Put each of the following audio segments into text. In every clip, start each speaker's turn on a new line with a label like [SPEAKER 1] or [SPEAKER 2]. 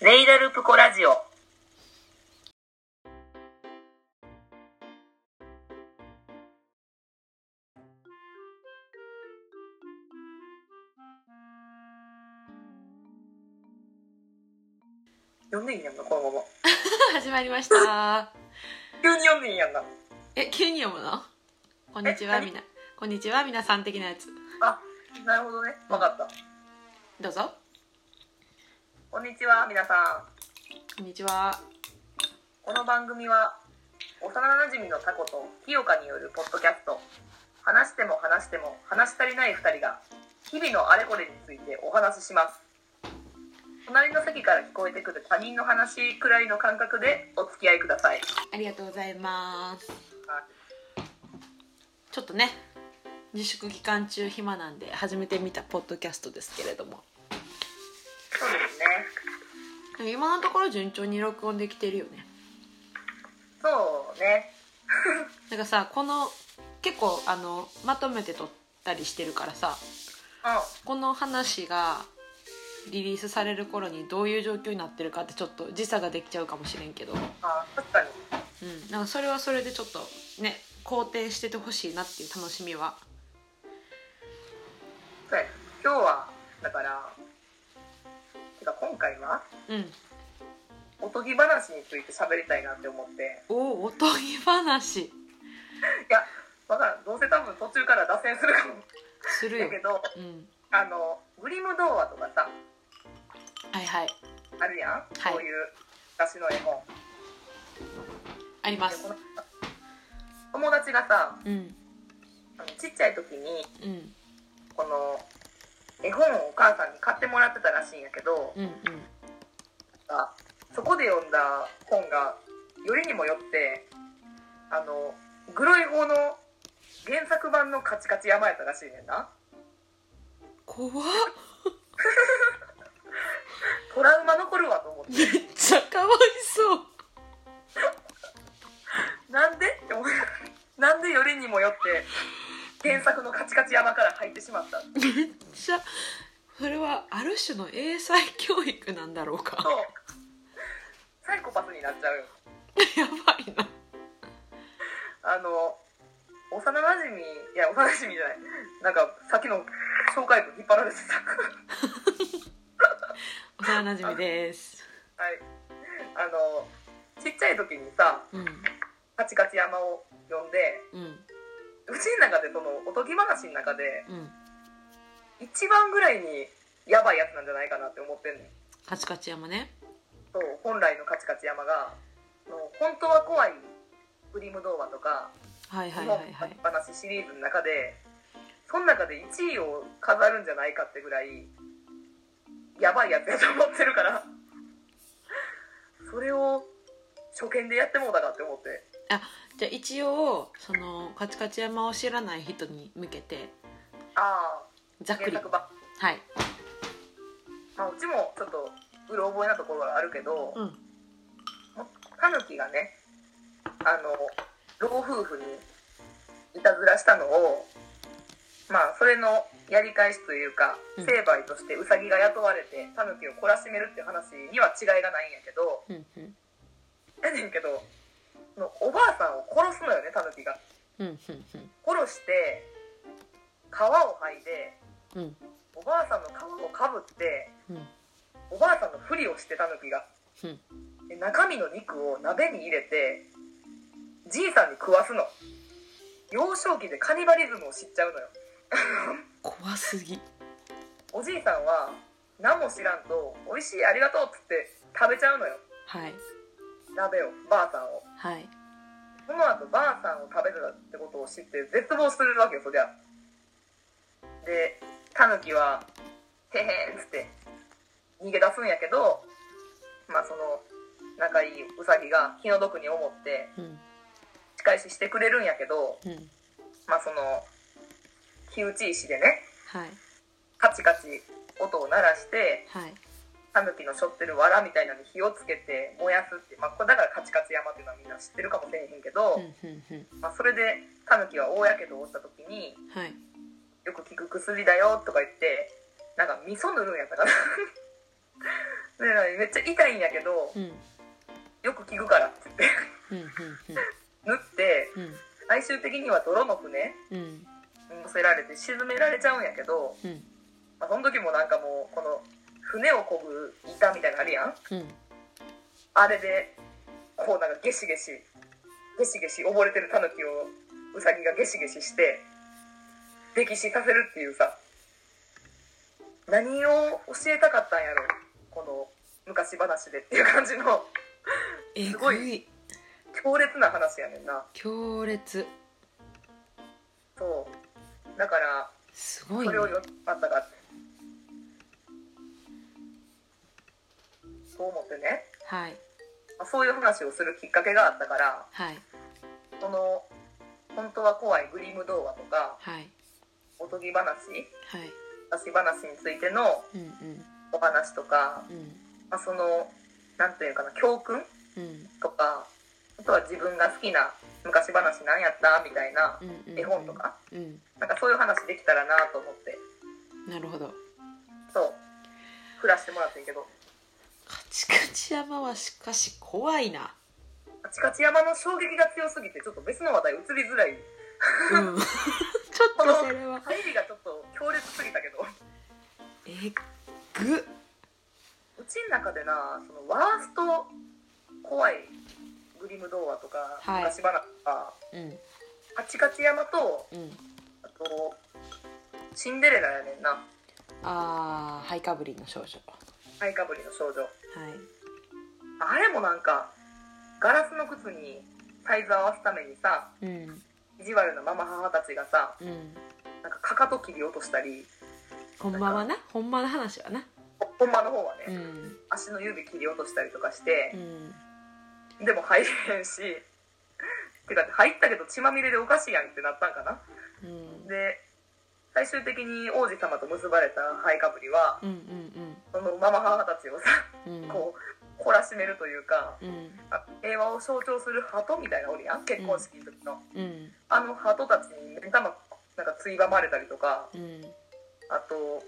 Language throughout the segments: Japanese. [SPEAKER 1] レイダルプコラジオ。読んでいいやんな、このまま。
[SPEAKER 2] 始まりました。
[SPEAKER 1] 急に読んでいいやんな。
[SPEAKER 2] え、急に読むの。こんにち
[SPEAKER 1] え
[SPEAKER 2] は、
[SPEAKER 1] 何
[SPEAKER 2] みな。こんにちは、みなさん的なやつ。
[SPEAKER 1] あ、なるほどね。わかった。
[SPEAKER 2] どうぞ。
[SPEAKER 1] こんにちは、皆さん。
[SPEAKER 2] こんにちは。
[SPEAKER 1] この番組は幼なじみのタコと清香によるポッドキャスト話しても話しても話し足りない2人が日々のあれこれについてお話しします隣の席から聞こえてくる他人の話くらいの感覚でお付き合いください
[SPEAKER 2] ありがとうございます。
[SPEAKER 1] は
[SPEAKER 2] ちょっとね。自粛期間中暇なんで始めてみたポッドキャストですけれども
[SPEAKER 1] そうですね
[SPEAKER 2] でも今のところ順調に録音できてるよね
[SPEAKER 1] そうね
[SPEAKER 2] なんかさこの結構あのまとめて撮ったりしてるからさ
[SPEAKER 1] う
[SPEAKER 2] この話がリリースされる頃にどういう状況になってるかってちょっと時差ができちゃうかもしれんけど、うん
[SPEAKER 1] あ確かに
[SPEAKER 2] ん、なんかそれはそれでちょっとね肯定しててほしいなっていう楽しみは
[SPEAKER 1] そうやね今日はだからてか今回は
[SPEAKER 2] うん
[SPEAKER 1] おとぎ話について喋りたいなって思って
[SPEAKER 2] おおとぎ話
[SPEAKER 1] いやわからんどうせ多分途中から脱線するかも
[SPEAKER 2] する
[SPEAKER 1] だ
[SPEAKER 2] よ
[SPEAKER 1] け、ど
[SPEAKER 2] うん、
[SPEAKER 1] あのグリム童話とかさ
[SPEAKER 2] はいはい
[SPEAKER 1] あるやん、
[SPEAKER 2] い
[SPEAKER 1] こういう昔の絵本
[SPEAKER 2] ありま
[SPEAKER 1] ですこの友達がさ
[SPEAKER 2] うん
[SPEAKER 1] あのちっちゃい時に
[SPEAKER 2] うん
[SPEAKER 1] この絵本をお母さんに買ってもらってたらしいんやけど
[SPEAKER 2] うんうん
[SPEAKER 1] あそこで読んだ本がよりにもよってあのグロい方の原作版の「カチカチ山」やったらしいねんな
[SPEAKER 2] 怖っ
[SPEAKER 1] トラウマ残るわと思って
[SPEAKER 2] めっちゃかわいそう
[SPEAKER 1] なんで って思うなんでよりにもよって原作の「カチカチ山」から入ってしまった
[SPEAKER 2] めっちゃそれはある種の英才教育なんだろうか
[SPEAKER 1] そうサイコパスになっちゃうよ
[SPEAKER 2] やばいな
[SPEAKER 1] あの幼なじみいや幼なじみじゃないなんかさっきの紹介文引っ張られてた
[SPEAKER 2] 幼なじみです
[SPEAKER 1] はいあのちっちゃい時にさ
[SPEAKER 2] うん
[SPEAKER 1] 「カチカチ山」を読んで
[SPEAKER 2] うん
[SPEAKER 1] うちの中でそのおとぎ話の中で
[SPEAKER 2] うん
[SPEAKER 1] 一番ぐらいにやばいやつなんじゃないかなって思ってんねん
[SPEAKER 2] カチカチ山ね
[SPEAKER 1] そう本来のカチカチ山がもう本当は怖いグリム童話とか
[SPEAKER 2] はいはい
[SPEAKER 1] 日
[SPEAKER 2] は
[SPEAKER 1] 本
[SPEAKER 2] いはい
[SPEAKER 1] 話シリーズの中でその中で1位を飾るんじゃないかってぐらいやばいやつやと思ってるからそれを初見でやってもうたかって思って
[SPEAKER 2] じゃあ一応そのカチカチ山を知らない人に向けて
[SPEAKER 1] あ
[SPEAKER 2] ざ
[SPEAKER 1] あ
[SPEAKER 2] っく
[SPEAKER 1] 原
[SPEAKER 2] り
[SPEAKER 1] 作版、
[SPEAKER 2] はいう
[SPEAKER 1] まあ、うちもちょっとうろ覚えなところはあるけど、
[SPEAKER 2] うん
[SPEAKER 1] タヌキがねあの老夫婦にいたずらしたのをまあそれのやり返しというか
[SPEAKER 2] うん
[SPEAKER 1] 成敗としてウサギが雇われてタヌキを懲らしめるっていう話には違いがないんやけど
[SPEAKER 2] うんうん
[SPEAKER 1] やねんけどそのおばあさんを殺すのよねタヌキが。
[SPEAKER 2] うんうんうん
[SPEAKER 1] 殺して皮を剥いで
[SPEAKER 2] うん
[SPEAKER 1] おばあさんの皮をかぶって
[SPEAKER 2] うん
[SPEAKER 1] おばあさんのふりをしてタヌキが、
[SPEAKER 2] うん
[SPEAKER 1] で中身の肉を鍋に入れてじいさんに食わすの幼少期でカニバリズムを知っちゃうのよ
[SPEAKER 2] 怖すぎ
[SPEAKER 1] おじいさんは何も知らんと「美味しいありがとう」っつって食べちゃうのよ
[SPEAKER 2] はい
[SPEAKER 1] 鍋をばあさんを
[SPEAKER 2] はい
[SPEAKER 1] その後ばあさんを食べてたってことを知って絶望するわけよそりゃでタヌキは「へへん」っつって逃げ出すんやけどまあその仲いいウサギが気の毒に思って
[SPEAKER 2] うん
[SPEAKER 1] 仕返ししてくれるんやけど
[SPEAKER 2] うん
[SPEAKER 1] まあその火打ち石でね
[SPEAKER 2] はい
[SPEAKER 1] カチカチ音を鳴らして
[SPEAKER 2] はい
[SPEAKER 1] タヌキの背負ってる藁みたいなのに火をつけて燃やすって、まあ、これだからカチカチ山っていうのはみんな知ってるかもしれへんけど、
[SPEAKER 2] うんうんうん
[SPEAKER 1] まあ、それでタヌキは大やけどを負った時に
[SPEAKER 2] はい
[SPEAKER 1] よく効く薬だよとか言ってなんか味噌塗るんやったかな でめっちゃ痛いんやけど
[SPEAKER 2] うんうん
[SPEAKER 1] よく効くからって言って
[SPEAKER 2] うん
[SPEAKER 1] 縫って
[SPEAKER 2] うん
[SPEAKER 1] 最終的には泥の船
[SPEAKER 2] うん
[SPEAKER 1] に乗せられて沈められちゃうんやけど、
[SPEAKER 2] うん
[SPEAKER 1] まあ、その時もなんかもうこの船をこぐ板みたいなのあるやん
[SPEAKER 2] うん
[SPEAKER 1] あれでこうなんかゲシゲシゲシゲシ溺れてるタヌキをウサギがゲシゲシして溺死させるっていうさ何を教えたかったんやろこの昔話でっていう感じの
[SPEAKER 2] え
[SPEAKER 1] すご
[SPEAKER 2] ぐ
[SPEAKER 1] い
[SPEAKER 2] い
[SPEAKER 1] 強烈な話やねんな
[SPEAKER 2] 強烈
[SPEAKER 1] そうだから
[SPEAKER 2] すご
[SPEAKER 1] そ
[SPEAKER 2] いね
[SPEAKER 1] れを読みたかったかってそう思ってね
[SPEAKER 2] はい
[SPEAKER 1] まあそういう話をするきっかけがあったから
[SPEAKER 2] はい
[SPEAKER 1] その本当は怖いグリム童話とか
[SPEAKER 2] はい
[SPEAKER 1] おとぎ話
[SPEAKER 2] はい
[SPEAKER 1] 昔話についての
[SPEAKER 2] うんうん
[SPEAKER 1] お話とか、
[SPEAKER 2] うん
[SPEAKER 1] まあ、そのなんていうかな教訓
[SPEAKER 2] うん
[SPEAKER 1] とかあとは自分が好きな昔話なんやったみたいな
[SPEAKER 2] うんうん
[SPEAKER 1] 絵本とか、
[SPEAKER 2] うん
[SPEAKER 1] なんかそういう話できたらなと思って
[SPEAKER 2] なるほど
[SPEAKER 1] そう暮らしてもらってんけど
[SPEAKER 2] カチカチ山はしかし怖いな
[SPEAKER 1] カチカチ山の衝撃が強すぎてちょっと別の話題移りづらい
[SPEAKER 2] うんちょっとそれは
[SPEAKER 1] 入りがちょっと強烈すぎたけど
[SPEAKER 2] えぐ
[SPEAKER 1] うちの中でなそのワースト怖いグリム童話とか
[SPEAKER 2] はい
[SPEAKER 1] 昔話とか
[SPEAKER 2] うん
[SPEAKER 1] 「カチカチ山」と
[SPEAKER 2] うん
[SPEAKER 1] あと「シンデレラ」やねんな
[SPEAKER 2] あーハイカブリの少女
[SPEAKER 1] 「ハイかぶりの少女
[SPEAKER 2] はい」
[SPEAKER 1] あれもなんかガラスの靴にサイズ合わすためにさ
[SPEAKER 2] うん
[SPEAKER 1] 意地悪なママ母たちがさ
[SPEAKER 2] うん
[SPEAKER 1] なんかかかと切り落としたり
[SPEAKER 2] ほんまはなほんまの話はな
[SPEAKER 1] 本間の方はね、
[SPEAKER 2] うん
[SPEAKER 1] 足の指切り落としたりとかして
[SPEAKER 2] う、ん
[SPEAKER 1] でも入れへんしてか入ったけど血まみれでおかしいやんってなったんかな
[SPEAKER 2] うん
[SPEAKER 1] で最終的に王子様と結ばれたハイカブリは
[SPEAKER 2] うんうん
[SPEAKER 1] そのママ母たちをさ
[SPEAKER 2] うんうん
[SPEAKER 1] こう懲らしめるというか
[SPEAKER 2] うん
[SPEAKER 1] あ平和を象徴する鳩みたいなおりやん結婚式の時の、
[SPEAKER 2] うん
[SPEAKER 1] あの鳩たちに目玉なんかついばまれたりとか
[SPEAKER 2] うん
[SPEAKER 1] あと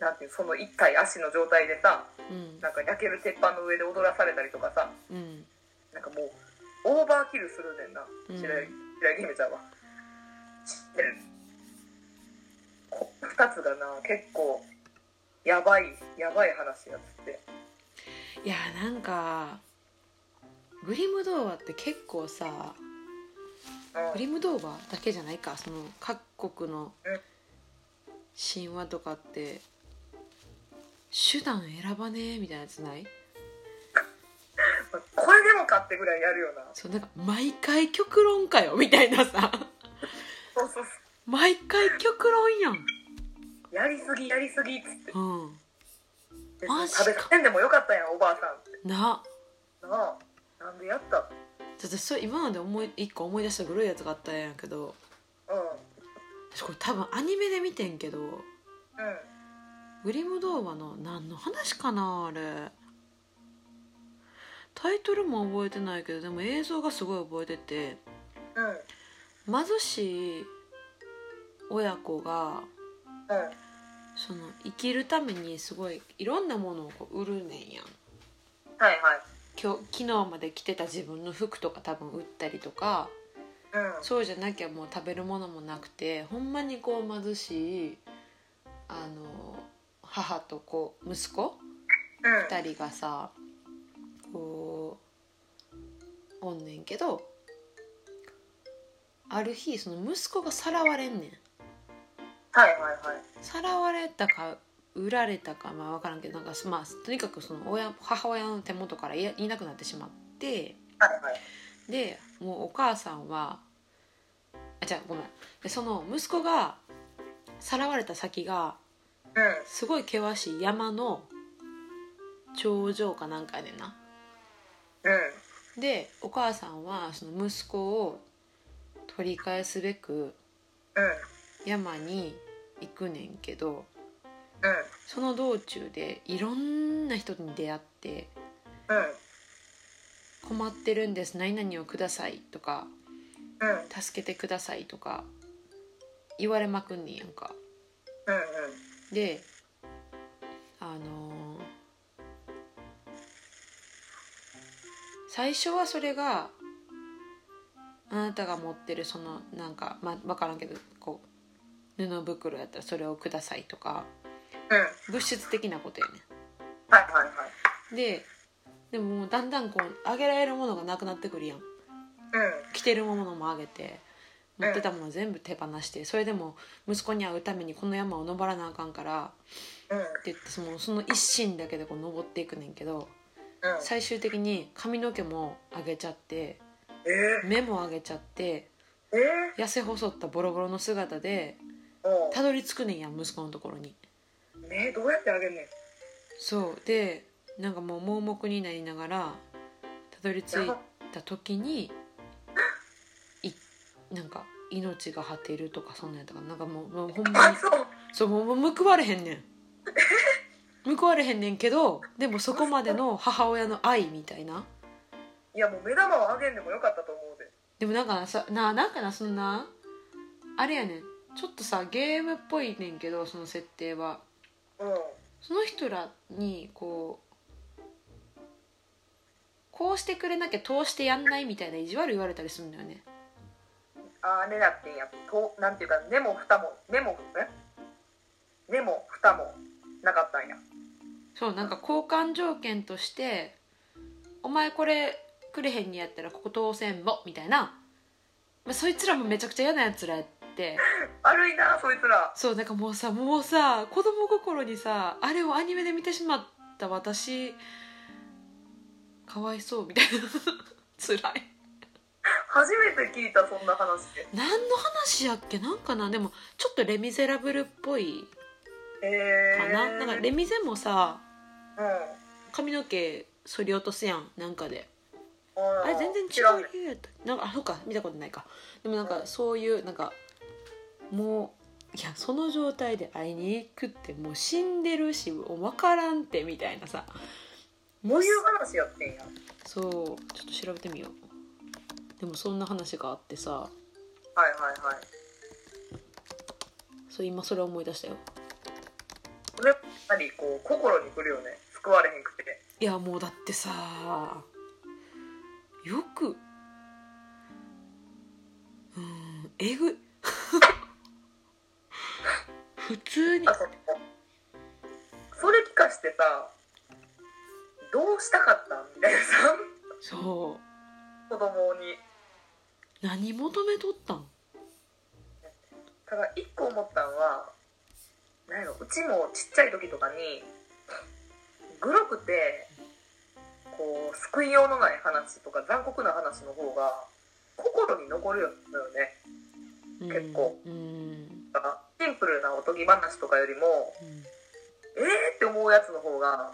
[SPEAKER 1] なんていうその一体足の状態でさ
[SPEAKER 2] うん
[SPEAKER 1] なんか焼ける鉄板の上で踊らされたりとかさ
[SPEAKER 2] うん
[SPEAKER 1] なんかもうオーバーキルするねんな
[SPEAKER 2] うん
[SPEAKER 1] 白雪白雪姫ちゃんは知ってるこ2つがな結構やばいやばい話やつって
[SPEAKER 2] いやなんかグリム童話って結構さグ
[SPEAKER 1] う
[SPEAKER 2] リム童話だけじゃないかその各国の
[SPEAKER 1] うん
[SPEAKER 2] 神話とかって手段選ばねえみたいなやつない
[SPEAKER 1] んこれでもかってぐらいやるよな
[SPEAKER 2] そうなんか毎回極論かよみたいなさ
[SPEAKER 1] そうそうそ
[SPEAKER 2] 毎回極論やん
[SPEAKER 1] うやりすぎやりすぎっつって
[SPEAKER 2] うん
[SPEAKER 1] で
[SPEAKER 2] マジか
[SPEAKER 1] 食べさせんでもよかったやんおばあさんって
[SPEAKER 2] な
[SPEAKER 1] なあなんでやったうん
[SPEAKER 2] だってそれ今まで思い一個思い出したグロいやつがあったんやけど私これ多分アニメで見てんけど
[SPEAKER 1] うん
[SPEAKER 2] グリム童話の何の話かなあれタイトルも覚えてないけどでも映像がすごい覚えてて
[SPEAKER 1] うんうん
[SPEAKER 2] 貧しい親子がその生きるためにすごいいろんなものをこう売るねんやん
[SPEAKER 1] はいはい
[SPEAKER 2] 今日昨日まで着てた自分の服とか多分売ったりとか
[SPEAKER 1] うん
[SPEAKER 2] そうじゃなきゃもう食べるものもなくてほんまにこう貧しいあの母とこう息子
[SPEAKER 1] うん
[SPEAKER 2] 二人がさこうおんねんけどある日その息子がさらわれんねん
[SPEAKER 1] はいはいはい
[SPEAKER 2] さらわれたか売られたかまあ分からんけどなんかすまあとにかくその親母親の手元からいやいなくなってしまって
[SPEAKER 1] はいはい
[SPEAKER 2] でもうお母さんはあじゃあごめんでその息子がさらわれた先が
[SPEAKER 1] うん
[SPEAKER 2] すごい険しい山の頂上かなんかやねんな
[SPEAKER 1] うん
[SPEAKER 2] でお母さんはその息子を取り返すべく
[SPEAKER 1] うん
[SPEAKER 2] 山に行くねんけど
[SPEAKER 1] うん
[SPEAKER 2] その道中でいろんな人に出会って
[SPEAKER 1] うん
[SPEAKER 2] 「困ってるんです何々をください」とか
[SPEAKER 1] うん
[SPEAKER 2] 「助けてください」とか言われまくんねんやんか。
[SPEAKER 1] うんうん
[SPEAKER 2] であのー最初はそれがあなたが持ってるそのなんか、まあ、分からんけどこう布袋やったらそれをくださいとか
[SPEAKER 1] うん。
[SPEAKER 2] 物質的なことやね
[SPEAKER 1] はいはいはい。
[SPEAKER 2] ででももうだんだんこうあげられるものがなくなってくるやん
[SPEAKER 1] うん。
[SPEAKER 2] 着てるものもあげて持ってたもの全部手放してそれでも息子に会うためにこの山を登らなあかんから
[SPEAKER 1] うん。
[SPEAKER 2] って言ってそのその一心だけでこう登っていくねんけど
[SPEAKER 1] うん。
[SPEAKER 2] 最終的に髪の毛も上げちゃって
[SPEAKER 1] え
[SPEAKER 2] 目も上げちゃって
[SPEAKER 1] ー、え
[SPEAKER 2] 痩せ細ったボロボロの姿で
[SPEAKER 1] ー、おう
[SPEAKER 2] たどり着くねんや息子のところに。
[SPEAKER 1] ねどうやってあげんねん。
[SPEAKER 2] そうでなんかもう盲目になりながらたどり着いた時にいなんか命が果てるとかそんなんやったかななんかもうもうほんま
[SPEAKER 1] あ
[SPEAKER 2] に、
[SPEAKER 1] そう。
[SPEAKER 2] そうもうもう報われへんねん報われへんねんけどでもそこまでの母親の愛みたいない
[SPEAKER 1] やもう目玉をあげんでもよかったと思うで。
[SPEAKER 2] でもなんかさななんかなそんなあれやねんちょっとさゲームっぽいねんけどその設定は
[SPEAKER 1] うん。
[SPEAKER 2] その人らにこうこうしてくれなきゃ通してやんないみたいな意地悪言われたりするんだよね
[SPEAKER 1] あれだってやっとなんていうか根も蓋も根もえ根も蓋もなかったんや。
[SPEAKER 2] そうなんか交換条件として「お前これくれへんにやったらここ通せんぼ」みたいな、まあ、そいつらもめちゃくちゃ嫌なやつらやって
[SPEAKER 1] 悪いなそいつら。
[SPEAKER 2] そうなんかもうさもうさ子供心にさあれをアニメで見てしまった私かわいそうみたいな 辛い
[SPEAKER 1] 初めて聞いたそんな話で。
[SPEAKER 2] 何の話やっけなんかなでもちょっと「レ・ミゼラブル」っぽい
[SPEAKER 1] え
[SPEAKER 2] か
[SPEAKER 1] ー。
[SPEAKER 2] な,、なんかレ・ミゼもさ
[SPEAKER 1] うん。
[SPEAKER 2] 髪の毛剃り落とすやんなんかで
[SPEAKER 1] あ
[SPEAKER 2] あれ全然
[SPEAKER 1] 知らん
[SPEAKER 2] 違う理由やったなんかあそうか見たことないかでもなんかそういうなんかもういやその状態で会いに行くってもう死んでるしもう分からんってみたいなさ
[SPEAKER 1] どういう話やってんや。
[SPEAKER 2] そうちょっと調べてみようでもそんな話があってさ
[SPEAKER 1] はいはいはい。
[SPEAKER 2] そう今それ思い出したよ
[SPEAKER 1] それやっぱりこう心にくるよね。救われへんくて。
[SPEAKER 2] いやもうだってさよくうーんえぐい 普通に
[SPEAKER 1] あそのそれ聞かしてさどうしたかったみたいなさ
[SPEAKER 2] そう
[SPEAKER 1] 子供に
[SPEAKER 2] 何求めとったん
[SPEAKER 1] ただ一個思ったんはなんやろうちもちっちゃい時とかにグロくてこう救いようのない話とか残酷な話の方が心に残るのよね
[SPEAKER 2] うん
[SPEAKER 1] 結構
[SPEAKER 2] うんうん
[SPEAKER 1] だからシンプルなおとぎ話とかよりもえーって思うやつの方が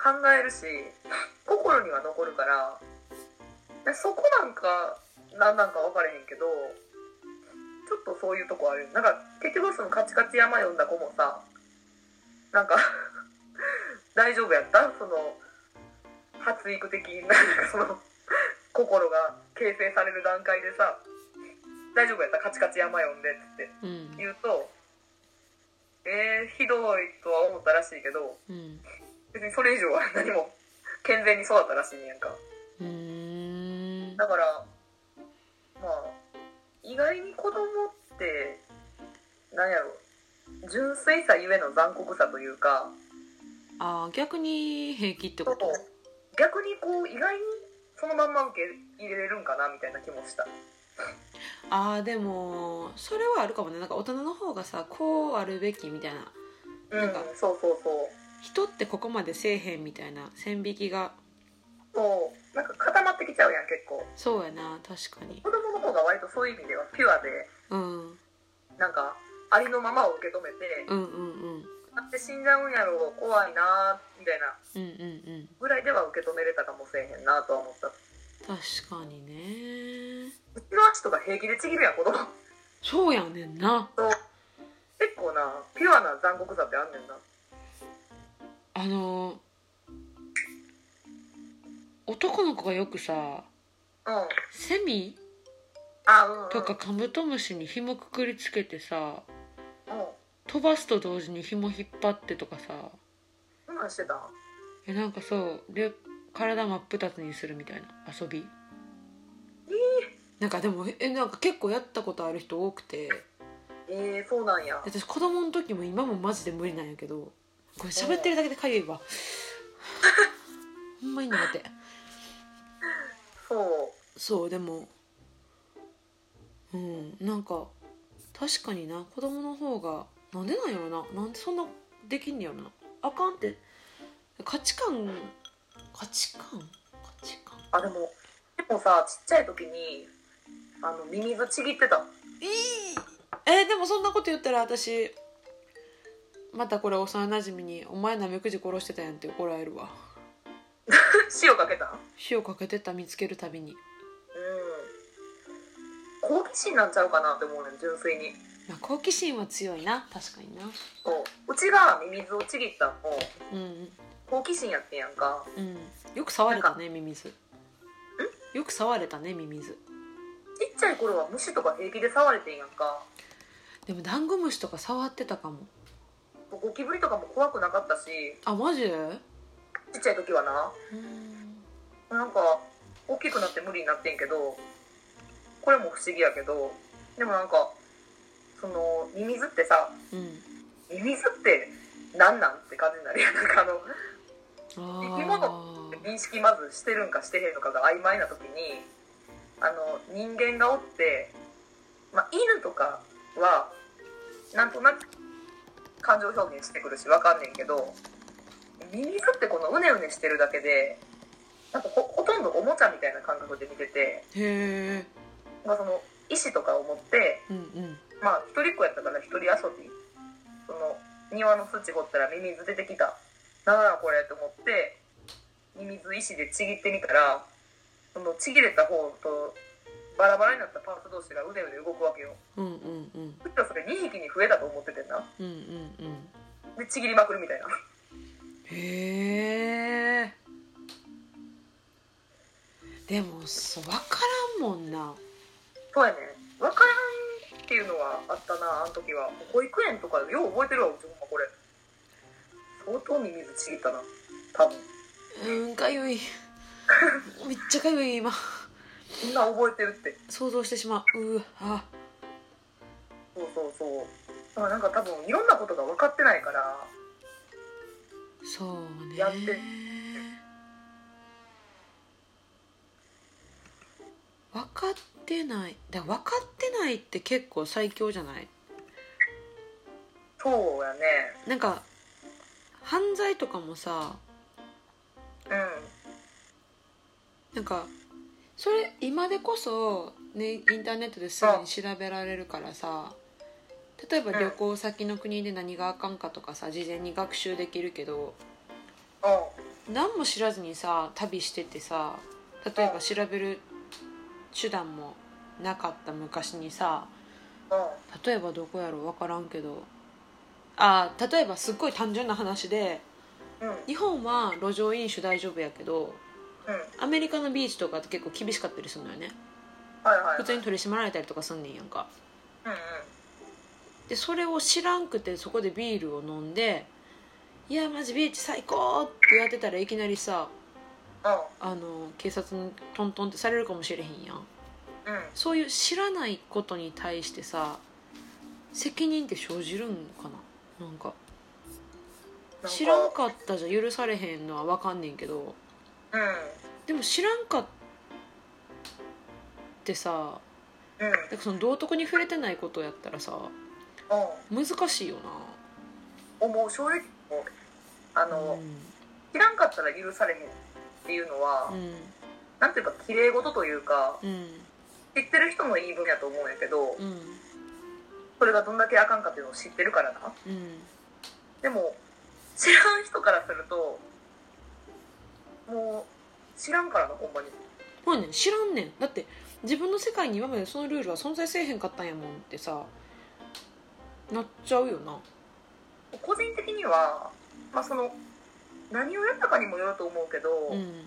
[SPEAKER 1] 考えるし心には残るからでそこなんか何なんか分かれへんけどちょっとそういうとこあるなんか結局その「カチカチ山」読んだ子もさなんか 大丈夫やったその発育的ななんかその心が形成される段階でさ「大丈夫やったカチカチ山読んで」って
[SPEAKER 2] うん
[SPEAKER 1] 言うと「えー、ひどい」とは思ったらしいけど
[SPEAKER 2] うん
[SPEAKER 1] 別にそれ以上は何も健全に育ったらしいんやんか
[SPEAKER 2] うーん
[SPEAKER 1] だからまあ意外に子供ってなんやろ純粋さゆえの残酷さというか
[SPEAKER 2] あー逆に平気っ
[SPEAKER 1] ち
[SPEAKER 2] て
[SPEAKER 1] ょ
[SPEAKER 2] こ
[SPEAKER 1] っと
[SPEAKER 2] と
[SPEAKER 1] 逆にこう意外にそのまんま受け入れれるんかなみたいな気もした
[SPEAKER 2] ああでもそれはあるかもねなんか大人の方がさこうあるべきみたいな
[SPEAKER 1] う
[SPEAKER 2] なん
[SPEAKER 1] ん
[SPEAKER 2] か
[SPEAKER 1] そうそうそう
[SPEAKER 2] 人ってここまでせえへんみたいな線引きが
[SPEAKER 1] そうなんか固まってきちゃうやん結構
[SPEAKER 2] そうやな確かに
[SPEAKER 1] 子供の方が割とそういう意味ではピュアで
[SPEAKER 2] うんうん
[SPEAKER 1] なんかありのままを受け止めて
[SPEAKER 2] うんうん
[SPEAKER 1] だって死んじゃうんやろ怖いなみたいな
[SPEAKER 2] うんうんうん
[SPEAKER 1] ぐらいでは受け止めれたかもしれへんなとは思った
[SPEAKER 2] 確かにね
[SPEAKER 1] うちの足とか平気でちぎるやん子供
[SPEAKER 2] そうやねんな
[SPEAKER 1] そう結構なピュアな残酷さってあんねんな
[SPEAKER 2] あのー男の子がよくさ
[SPEAKER 1] うん
[SPEAKER 2] セミ
[SPEAKER 1] あうん、うん、
[SPEAKER 2] とかカブトムシに紐くくりつけてさ
[SPEAKER 1] うん
[SPEAKER 2] 飛ばすと同時に紐引っ張ってとかさ
[SPEAKER 1] そんなんしてた
[SPEAKER 2] えなんかそうで体真っ二つにするみたいな遊びなんかでもえなんか結構やったことある人多くて
[SPEAKER 1] えー、そうなんや
[SPEAKER 2] 私子供の時も今もマジで無理なんやけどこれ喋ってるだけでかゆいわほんまに苦手
[SPEAKER 1] そう
[SPEAKER 2] そうでもうんなんか確かにな子供の方がなんでなんやろななんでそんなできんねやろなあかんって価値観価値観価値観
[SPEAKER 1] あでもでもさちっちゃい時にあのミミズちぎってた
[SPEAKER 2] いいえでもそんなこと言ったら私またこれ幼なじみに「お前なめくじ殺してたやん」って怒られるわ
[SPEAKER 1] 塩かけたうん
[SPEAKER 2] 火をかけてた見つけるたびに
[SPEAKER 1] 好奇心なんちゃうかなって思うねん純粋に
[SPEAKER 2] まあ好奇心は強いな確かにな
[SPEAKER 1] そううちがミミズをちぎったのも
[SPEAKER 2] うん
[SPEAKER 1] 好奇心やってんやんか
[SPEAKER 2] うんよく触れたねミミズよく触れたねミミズ
[SPEAKER 1] ちっちゃい頃は虫とか平気で触れてんやんか
[SPEAKER 2] でもダンゴムシとか触ってたかも
[SPEAKER 1] ゴキブリとかも怖くなかったし
[SPEAKER 2] あマジ
[SPEAKER 1] ちっちゃい時はな
[SPEAKER 2] うん
[SPEAKER 1] なんか大きくなって無理になってんけどこれも不思議やけどでもなんかそのミミズってさ
[SPEAKER 2] うん
[SPEAKER 1] ミミズって何なんって感じになるやんなんかあの生き
[SPEAKER 2] あー
[SPEAKER 1] 認識まずしてるんかしてへんのかが曖昧な時にあの人間がおって、まあ、犬とかはなんとなく感情表現してくるしわかんねんけどミミズってこのうねうねしてるだけでなんかほほとんどおもちゃみたいな感覚で見てて、
[SPEAKER 2] へえ
[SPEAKER 1] まあ、その意思とかを持って、
[SPEAKER 2] うんうん
[SPEAKER 1] まあ、一人っ子やったから一人遊びその庭の土掘ったらミミズ出てきたなんだこれと思ってミミズ石でちぎってみたらそのちぎれた方とバラバラになったパーツ同士がうねうね動くわけよ
[SPEAKER 2] うんうんうん
[SPEAKER 1] そしたらそれ2匹に増えたと思っててんな
[SPEAKER 2] うんうんうん
[SPEAKER 1] でちぎりまくるみたいな
[SPEAKER 2] へえでもそう分からんもんな
[SPEAKER 1] そうやねん分からんっていうのはあったなあの時は保育園とかよう覚えてるわうちほんまこれ相当ミミズちぎったな多分
[SPEAKER 2] うんかゆいめっちゃかゆい今
[SPEAKER 1] そんな覚えてるって
[SPEAKER 2] 想像してしまううわあ
[SPEAKER 1] そうそうそうだからなんか多分いろんなことが分かってないから
[SPEAKER 2] そうね
[SPEAKER 1] やって
[SPEAKER 2] 分かってないだ分かってないって結構最強じゃない
[SPEAKER 1] そうやね
[SPEAKER 2] なんか犯罪とかもさ
[SPEAKER 1] う
[SPEAKER 2] なんかそれ今でこそ、ね、インターネットですぐに調べられるからさ例えば
[SPEAKER 1] うん
[SPEAKER 2] 旅行先の国で何があかんかとかさ事前に学習できるけど
[SPEAKER 1] ん
[SPEAKER 2] 何も知らずにさ旅しててさ例えば調べる手段もなかった昔にさ
[SPEAKER 1] うんうん
[SPEAKER 2] 例えばどこやろ分からんけどあー例えばすっごい単純な話で
[SPEAKER 1] うん
[SPEAKER 2] 日本は路上飲酒大丈夫やけど
[SPEAKER 1] うん
[SPEAKER 2] アメリカのビーチとかって結構厳しかったりするのよね
[SPEAKER 1] はいはい
[SPEAKER 2] 普通に取り締まられたりとかすんねんやんか
[SPEAKER 1] うんうん
[SPEAKER 2] でそれを知らんくてそこでビールを飲んで「いやマジビーチ最高!」ってやってたらいきなりさあの警察にトントンってされるかもしれへんやん
[SPEAKER 1] うんうん
[SPEAKER 2] そういう知らないことに対してさ責任って生じるんかななんか
[SPEAKER 1] なん
[SPEAKER 2] 知らんかったじゃ許されへんのは分かんねんけど
[SPEAKER 1] うん
[SPEAKER 2] でも知らんかってさ
[SPEAKER 1] うん
[SPEAKER 2] なんかその道徳に触れてないことやったらさ
[SPEAKER 1] うん
[SPEAKER 2] 難しいよ
[SPEAKER 1] 思う正直もうあ
[SPEAKER 2] な
[SPEAKER 1] の
[SPEAKER 2] うん
[SPEAKER 1] 知らんかったら許されへんっていうのは
[SPEAKER 2] うん
[SPEAKER 1] なんていうか綺麗事というか
[SPEAKER 2] うん
[SPEAKER 1] 知ってる人の言い分やと思うんやけど
[SPEAKER 2] うん
[SPEAKER 1] それがどんだけあかんかっていうのを知ってるからな
[SPEAKER 2] うん
[SPEAKER 1] でも知らん人からするともう知らんからなほんまに
[SPEAKER 2] ほんねん知らんねんだって自分の世界に今までそのルールは存在せえへんかったんやもんってさなっちゃうよな
[SPEAKER 1] 個人的には、まあ、その何をやったかにもよると思うけど、
[SPEAKER 2] うん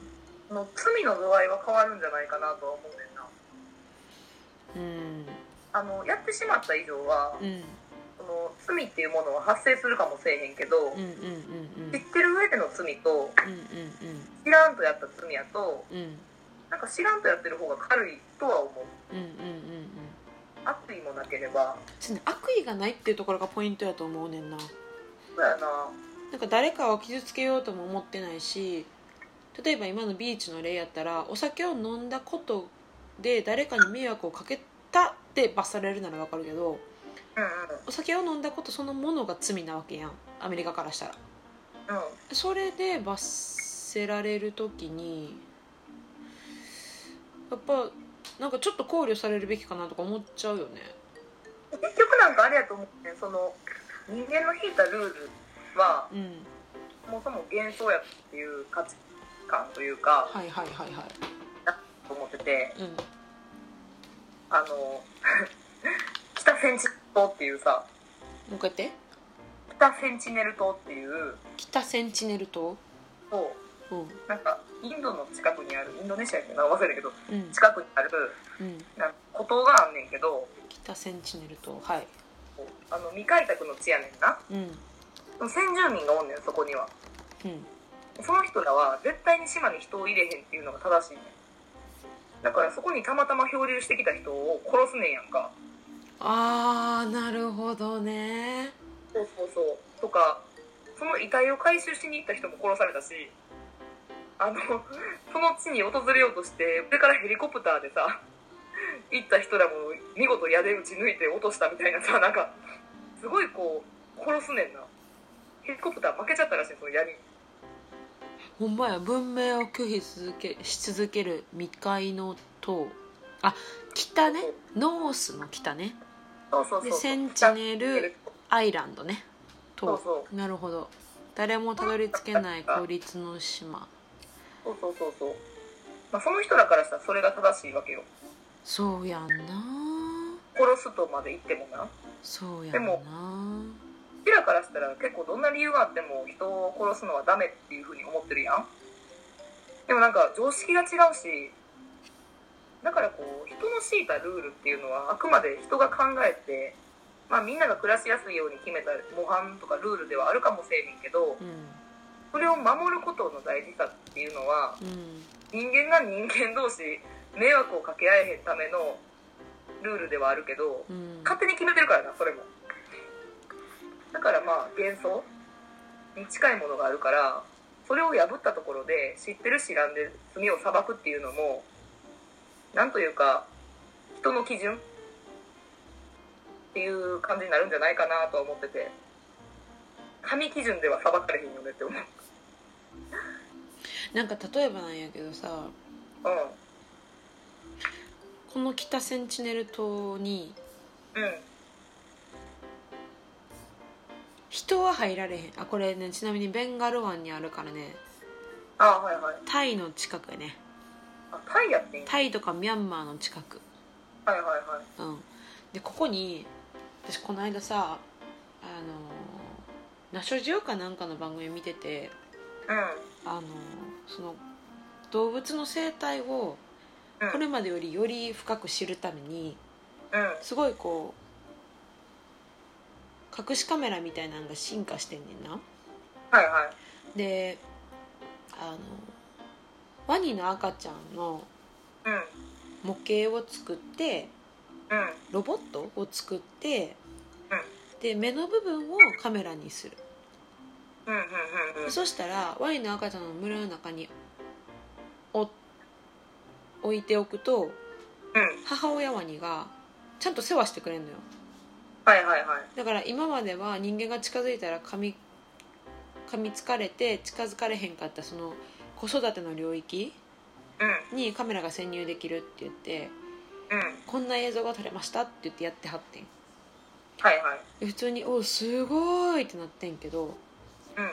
[SPEAKER 1] その罪の度合いは変わるんじゃないかなとは思うねんな
[SPEAKER 2] うん
[SPEAKER 1] あのやってしまった以上は、
[SPEAKER 2] うん
[SPEAKER 1] その罪っていうものは発生するかもしれへんけど、
[SPEAKER 2] うんうんうんうんうん
[SPEAKER 1] 知ってる上での罪と
[SPEAKER 2] うん
[SPEAKER 1] 知らんとやった罪やと
[SPEAKER 2] うんうん
[SPEAKER 1] なんか知らんとやってる方が軽いとは思う
[SPEAKER 2] うんうんうんうん
[SPEAKER 1] 悪意もなければ
[SPEAKER 2] そうね悪意がないっていうところがポイントやと思うねんな
[SPEAKER 1] そうやな
[SPEAKER 2] なんか誰かを傷つけようとも思ってないし例えば今のビーチの例やったらお酒を飲んだことで誰かに迷惑をかけたって罰されるならわかるけど
[SPEAKER 1] うん
[SPEAKER 2] お酒を飲んだことそのものが罪なわけやんアメリカからしたら
[SPEAKER 1] うんうん
[SPEAKER 2] それで罰せられる時にやっぱなんかちょっと考慮されるべきかなとか思っちゃうよね
[SPEAKER 1] 結局なんかあれやと思ってんその人間の引いたルールは
[SPEAKER 2] うん
[SPEAKER 1] そもそも幻想やっていう価値観というか
[SPEAKER 2] はいはいはいはい
[SPEAKER 1] と思ってて
[SPEAKER 2] うん
[SPEAKER 1] あの 北センチネル島っていうさ
[SPEAKER 2] もう一回言って
[SPEAKER 1] 北センチネル島っていう
[SPEAKER 2] 北センチネル島
[SPEAKER 1] そう
[SPEAKER 2] うんう
[SPEAKER 1] なんかインドの近くにあるインドネシアやっけど忘れたけど
[SPEAKER 2] ん
[SPEAKER 1] 近くにある
[SPEAKER 2] うん
[SPEAKER 1] なんか孤島があんねんけど
[SPEAKER 2] 北センチネル島はい
[SPEAKER 1] こうあの未開拓の地やねんな
[SPEAKER 2] うん
[SPEAKER 1] でも先住民がおんねんそこには
[SPEAKER 2] うん
[SPEAKER 1] その人らは絶対に島に人を入れへんっていうのが正しいねんだからそこにたまたま漂流してきた人を殺すねんやんか
[SPEAKER 2] あーなるほどね
[SPEAKER 1] そうそうそうとかその遺体を回収しに行った人も殺されたしあのその地に訪れようとして上からヘリコプターでさ行った人らも見事矢で撃ち抜いて落としたみたいなさなんかすごいこう殺すねんなヘリコプター負けちゃったらしいその槍に
[SPEAKER 2] ほんまや文明を拒否続けし続ける未開の塔あ北ねノースの北ね
[SPEAKER 1] そうそうそう
[SPEAKER 2] で
[SPEAKER 1] そう
[SPEAKER 2] センチネルアイランドね
[SPEAKER 1] そう
[SPEAKER 2] 塔
[SPEAKER 1] そう
[SPEAKER 2] なるほど誰もたどり着けない孤立の島
[SPEAKER 1] そうそうそうそう、まあ、その人らからしたらそれが正しいわけよ
[SPEAKER 2] そうやんな
[SPEAKER 1] 殺すとまで言ってもな
[SPEAKER 2] そうやん
[SPEAKER 1] でも
[SPEAKER 2] な
[SPEAKER 1] うちらからしたら結構どんな理由があっても人を殺すのはダメっていうふうに思ってるやんでもなんか常識が違うしだからこう人の敷いたルールっていうのはあくまで人が考えてまあみんなが暮らしやすいように決めた模範とかルールではあるかもしれへんけど
[SPEAKER 2] うん
[SPEAKER 1] それを守ることの大事さっていうのは
[SPEAKER 2] うん
[SPEAKER 1] 人間が人間同士迷惑をかけ合えへんためのルールではあるけど
[SPEAKER 2] うん
[SPEAKER 1] 勝手に決めてるからなそれもだからまあ幻想に近いものがあるからそれを破ったところで知ってる知らんで罪を裁くっていうのもなんというか人の基準っていう感じになるんじゃないかなとは思ってて神基準では裁かれへんよねって思う
[SPEAKER 2] なんか例えばなんやけどさ
[SPEAKER 1] う
[SPEAKER 2] この北センチネル島に
[SPEAKER 1] んうん
[SPEAKER 2] 人は入られへんあこれねちなみにベンガル湾にあるからね
[SPEAKER 1] ああはいはい
[SPEAKER 2] タイの近くやね
[SPEAKER 1] あタイやっていい
[SPEAKER 2] タイとかミャンマーの近く
[SPEAKER 1] はいはいはい
[SPEAKER 2] うんでここに私この間さあのーナショジオかなんかの番組見てて
[SPEAKER 1] う
[SPEAKER 2] あのーその動物の生態を
[SPEAKER 1] んうん
[SPEAKER 2] これまでよりより深く知るために
[SPEAKER 1] うん
[SPEAKER 2] すごいこう隠しカメラみたいなのが進化してんねんな
[SPEAKER 1] はいはい
[SPEAKER 2] であのワニの赤ちゃんの
[SPEAKER 1] うん
[SPEAKER 2] 模型を作って
[SPEAKER 1] うん
[SPEAKER 2] ロボットを作って、
[SPEAKER 1] う
[SPEAKER 2] で目の部分をカメラにする、
[SPEAKER 1] うんうんうんうん
[SPEAKER 2] そしたらワニの赤ちゃんの村の中にお置いておくと
[SPEAKER 1] うん
[SPEAKER 2] 母親ワニがちゃんと世話してくれるのよ
[SPEAKER 1] はいはいはい
[SPEAKER 2] だから今までは人間が近づいたら噛み噛みつかれて近づかれへんかったその子育ての領域
[SPEAKER 1] うん
[SPEAKER 2] にカメラが潜入できるって言って
[SPEAKER 1] うん
[SPEAKER 2] こんな映像が撮れましたって言ってやってはってん
[SPEAKER 1] はいはい
[SPEAKER 2] で普通に「おすごい!」ってなってんけど
[SPEAKER 1] うん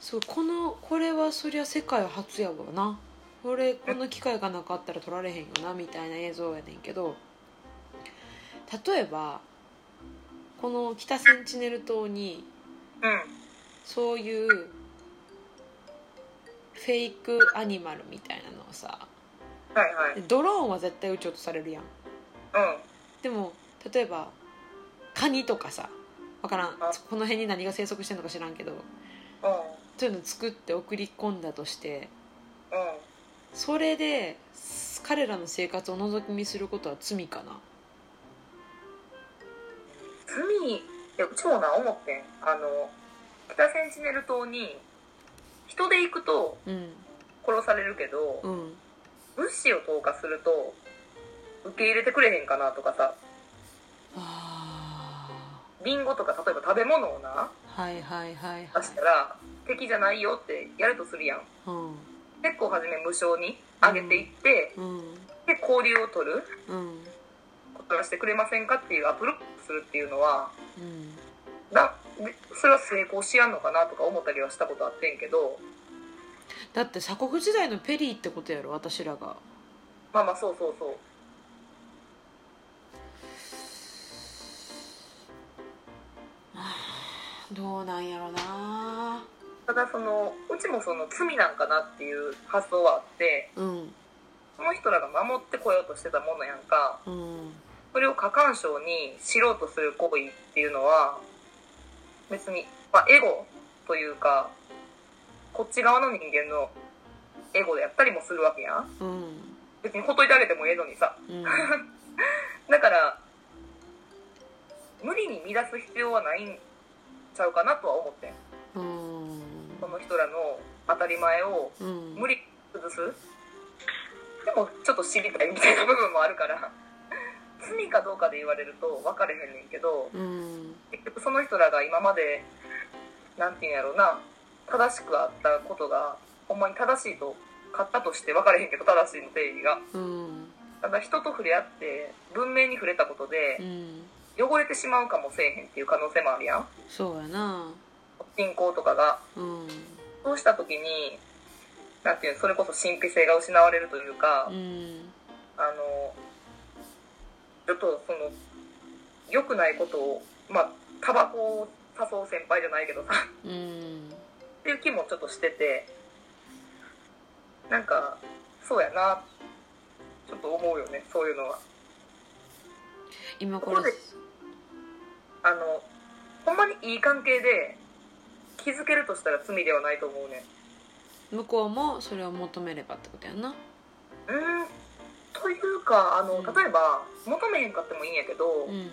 [SPEAKER 2] そうこのこれはそりゃ世界初やわなこれこんな機会がなかったら撮られへんよなみたいな映像やねんけど例えばこの北センチネル島に
[SPEAKER 1] うん
[SPEAKER 2] そういうフェイクアニマルみたいなのをさ
[SPEAKER 1] はいはい
[SPEAKER 2] でドローンは絶対撃ち落とされるや
[SPEAKER 1] う
[SPEAKER 2] ん
[SPEAKER 1] ん
[SPEAKER 2] でも例えばカニとかさ分からん
[SPEAKER 1] あ
[SPEAKER 2] そこの辺に何が生息してるのか知らんけどそういうの作って送り込んだとして
[SPEAKER 1] うんうん
[SPEAKER 2] それで彼らの生活を覗き見することは罪かな
[SPEAKER 1] 罪いやうちもな思ってんあの北センチネル島に人で行くと
[SPEAKER 2] うん
[SPEAKER 1] 殺されるけど、
[SPEAKER 2] うん
[SPEAKER 1] 物資を投下すると受け入れてくれへんかなとかさ
[SPEAKER 2] あ
[SPEAKER 1] リンゴとか例えば食べ物をな
[SPEAKER 2] ーはいはいはいは
[SPEAKER 1] 出
[SPEAKER 2] い
[SPEAKER 1] したら敵じゃないよってやるとするやん
[SPEAKER 2] うん
[SPEAKER 1] 結構初め無償にあげていって、
[SPEAKER 2] うん
[SPEAKER 1] で交流を取る
[SPEAKER 2] うん
[SPEAKER 1] ことはしてくれませんかっていうアプローチするっていうのは
[SPEAKER 2] うん
[SPEAKER 1] なでそれは成功しやんのかなとか思ったりはしたことあってんけど
[SPEAKER 2] だって鎖国時代のペリーってことやろ私らが
[SPEAKER 1] まあまあそうそうそう
[SPEAKER 2] どうなんやろな
[SPEAKER 1] ただそのうちもその罪なんかなっていう発想はあって
[SPEAKER 2] うん
[SPEAKER 1] その人らが守ってこようとしてたものやんか
[SPEAKER 2] うん
[SPEAKER 1] それを過干渉に知ろうとする行為っていうのは別に、まあ、エゴというかこっち側の人間のエゴでやったりもするわけやん
[SPEAKER 2] うん
[SPEAKER 1] 別にほっといてあげてもええのにさ
[SPEAKER 2] うん
[SPEAKER 1] だから無理に乱す必要はないんちゃうかなとは思ってん
[SPEAKER 2] うん
[SPEAKER 1] その人らの当たり前を
[SPEAKER 2] うん
[SPEAKER 1] 無理に崩すでもちょっと知りたいみたいな部分もあるから 罪かどうかで言われると分かれへんねんけど
[SPEAKER 2] うん
[SPEAKER 1] 結局その人らが今までなんていうんやろうな正しくあったことがほんまに正しいと買ったとして分かれへんけど正しいの定義が
[SPEAKER 2] うん
[SPEAKER 1] ただ人と触れ合って文明に触れたこと
[SPEAKER 2] う
[SPEAKER 1] で
[SPEAKER 2] ん
[SPEAKER 1] 汚れてしまうかもせえへんっていう可能性もあるやん
[SPEAKER 2] そうやな
[SPEAKER 1] 信仰とかが
[SPEAKER 2] うん
[SPEAKER 1] そうした時になんていうのそれこそ神秘性が失われるというか、
[SPEAKER 2] うん
[SPEAKER 1] あのちょっとその良くないことをまあタバコを誘う先輩じゃないけどさ っ
[SPEAKER 2] うん
[SPEAKER 1] ていう気もちょっとしててなんかそうやなちょっと思うよねそういうのは
[SPEAKER 2] 今こ
[SPEAKER 1] ここ
[SPEAKER 2] れ
[SPEAKER 1] であのほんまにいい関係で気づけるとしたら罪ではないと思うね
[SPEAKER 2] 向こうもそれを求めればってことやな
[SPEAKER 1] うーんというかあの、
[SPEAKER 2] うん
[SPEAKER 1] 例えば求めへんかってもいいんやけど、
[SPEAKER 2] うん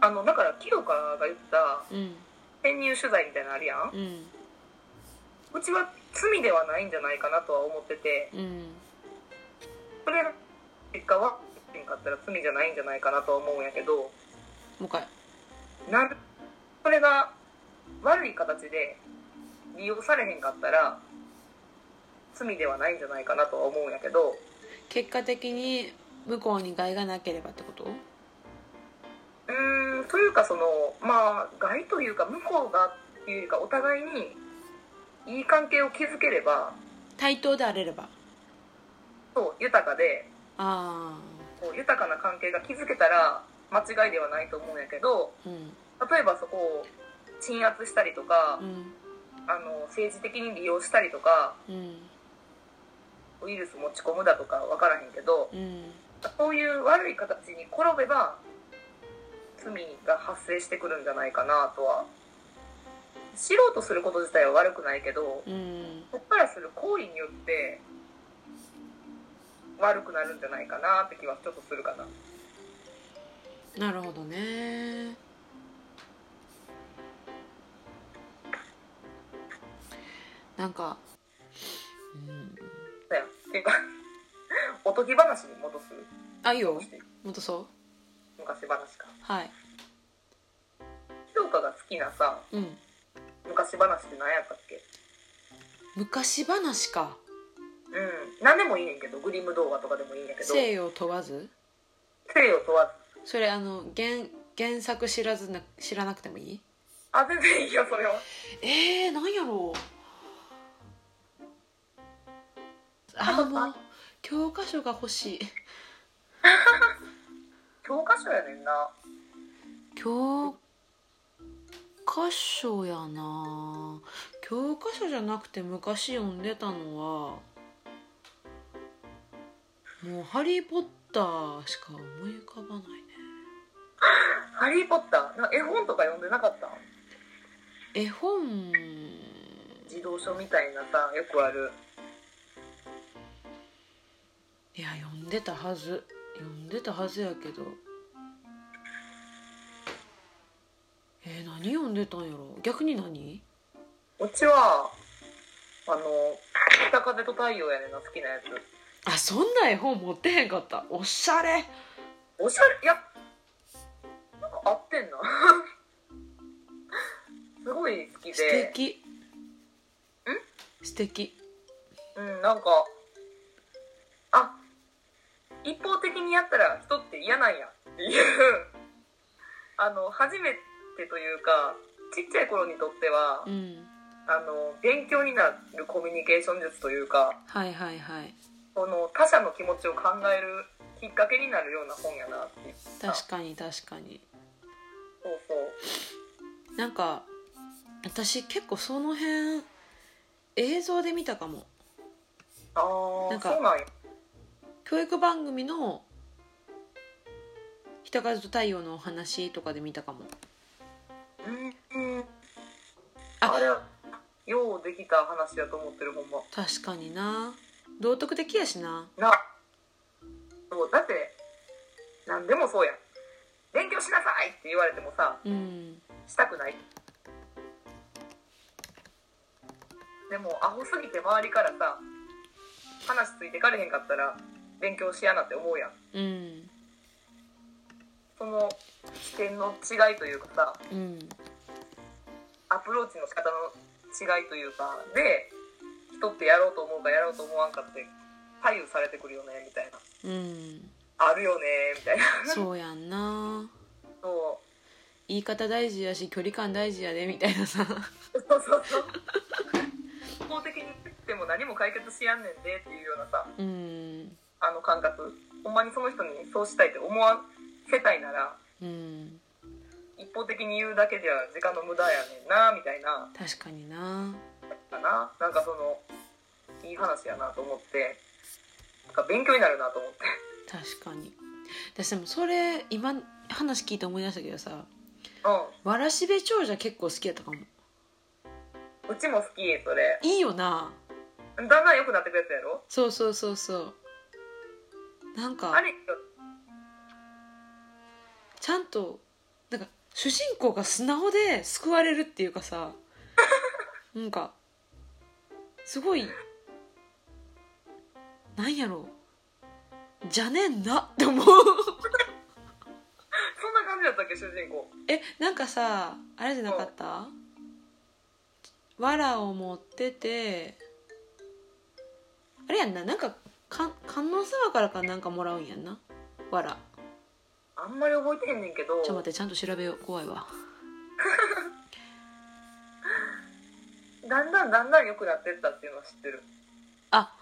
[SPEAKER 1] あのだから清香が言った
[SPEAKER 2] うん
[SPEAKER 1] 潜入取材みたいなのあるやん
[SPEAKER 2] うん
[SPEAKER 1] うちは罪ではないんじゃないかなとは思ってて
[SPEAKER 2] うん
[SPEAKER 1] それが結果は変かったら罪じゃないんじゃないかなとは思うんやけど
[SPEAKER 2] もう一回
[SPEAKER 1] なんそれが悪い形で利用されへんかったら罪ではないんじゃないかなとは思うんやけど
[SPEAKER 2] 結果的に向こうに害がなければってこと
[SPEAKER 1] うーんというかそのまあ害というか向こうがっていうかお互いにいい関係を築ければ
[SPEAKER 2] 対等であれれば
[SPEAKER 1] そう豊かで
[SPEAKER 2] あ
[SPEAKER 1] こう豊かな関係が築けたら間違いではないと思うんやけど
[SPEAKER 2] あうん
[SPEAKER 1] 例えばそこを鎮圧したりとか、
[SPEAKER 2] うん
[SPEAKER 1] あの政治的に利用したりとか
[SPEAKER 2] うん
[SPEAKER 1] ウイルス持ち込むだとか分からへんけど
[SPEAKER 2] うん
[SPEAKER 1] そういう悪い形に転べば罪が発生してくるんじゃないかなとは知ろうとすること自体は悪くないけど
[SPEAKER 2] うん
[SPEAKER 1] そこからする行為によって悪くなるんじゃないかなって気はちょっとするかな。
[SPEAKER 2] なるほどねなんか、うん、
[SPEAKER 1] だよっていうか おとぎ話に戻す
[SPEAKER 2] あいいよ戻そう
[SPEAKER 1] 昔話か。
[SPEAKER 2] はい
[SPEAKER 1] 評価が好きなさ
[SPEAKER 2] うん
[SPEAKER 1] 昔話って何やったっけ
[SPEAKER 2] 昔話か
[SPEAKER 1] うん、何でもいいねんけどグリム動画とかでもいいんやけど
[SPEAKER 2] 西洋問わず
[SPEAKER 1] 性を問わず
[SPEAKER 2] それあの原原作知らずな知らなくてもいい
[SPEAKER 1] あ全然いいよそれは
[SPEAKER 2] えー、なんやろうあもう教科書が欲しい
[SPEAKER 1] 教科書やねんな
[SPEAKER 2] 教科書やな教科書じゃなくて昔読んでたのはもう「ハリー・ポッター」しか思い浮かばないね
[SPEAKER 1] 「ハハリー・ポッター」なんか絵本とか読んでなかった
[SPEAKER 2] 絵本
[SPEAKER 1] 児童書みたいなさよくある
[SPEAKER 2] いや読んでたはず読んでたはずやけどえー、何読んでたんやろ逆に何
[SPEAKER 1] うちはあの「北風と太陽」やねんな好きなやつ
[SPEAKER 2] あそんな絵本持ってへんかったおしゃれ
[SPEAKER 1] おしゃれいやなんか合ってんな すごい好きで
[SPEAKER 2] 素敵素敵
[SPEAKER 1] うんなんかあ一方的にやったら人って嫌なんやっていう あの初めてというかちっちゃい頃にとっては
[SPEAKER 2] うん
[SPEAKER 1] あの勉強になるコミュニケーション術というか
[SPEAKER 2] はいはいはい
[SPEAKER 1] その他者の気持ちを考えるきっかけになるような本やなっていう
[SPEAKER 2] 確かに確かに
[SPEAKER 1] そうそう
[SPEAKER 2] なんか私結構その辺映像で見たかも
[SPEAKER 1] あ
[SPEAKER 2] なん
[SPEAKER 1] あ
[SPEAKER 2] か
[SPEAKER 1] そうなんや
[SPEAKER 2] 教育番組の「北風と太陽」のお話とかで見たかも
[SPEAKER 1] うんうん
[SPEAKER 2] あ
[SPEAKER 1] あれはようできた話やと思ってるほんま
[SPEAKER 2] 確かにな道徳的やしな
[SPEAKER 1] なそうだって何でもそうやん勉強しなさいって言われてもさ
[SPEAKER 2] うん
[SPEAKER 1] したくないでもアホすぎて周りからさ話ついてかれへんかったら勉強しやなって思うやん
[SPEAKER 2] うん
[SPEAKER 1] その視点の違いというかさ
[SPEAKER 2] うん
[SPEAKER 1] アプローチの仕方の違いというかで人ってやろうと思うかやろうと思わんかって左右されてくるよねみたいな
[SPEAKER 2] うん
[SPEAKER 1] あるよねみたいな
[SPEAKER 2] そうやんな
[SPEAKER 1] そう
[SPEAKER 2] 言い方大事やし距離感大事やでみたいなさ
[SPEAKER 1] そうそうそう。一方的に言っても何も解決しやんねんでっていうようなさ、
[SPEAKER 2] うん
[SPEAKER 1] あの感覚。ほんまにその人にそうしたいって思わせたいなら、
[SPEAKER 2] うん
[SPEAKER 1] 一方的に言うだけでは時間の無駄やねんな、みたいな、
[SPEAKER 2] 確かにな
[SPEAKER 1] かな。なんかその、いい話やなと思って、なんか勉強になるなと思って。
[SPEAKER 2] 確かに私でもそれ今話聞いて思い出したけどさ
[SPEAKER 1] う
[SPEAKER 2] わらしべ長者結構好きやったかも
[SPEAKER 1] ん。うちも好き、それ。
[SPEAKER 2] いいよな
[SPEAKER 1] だんだん良くなってくやつやろ
[SPEAKER 2] そうそうそうそうなん
[SPEAKER 1] あ
[SPEAKER 2] か
[SPEAKER 1] れ、
[SPEAKER 2] ちゃんとなんか主人公が素直で救われるっていうかさなんかすごいなんやろうじゃねんなって思う
[SPEAKER 1] そんな感じだったっけ、主人公。
[SPEAKER 2] えなんかさあれじゃなかったわらを持っててあれやんななんかか観音様からかなんかもらうんやんなわら
[SPEAKER 1] あんまり覚えてへんねんけど、
[SPEAKER 2] ちょっと待ってちゃんと調べよう怖いわ
[SPEAKER 1] だんだんだんだん良くなってったっていうのは知ってる。
[SPEAKER 2] あ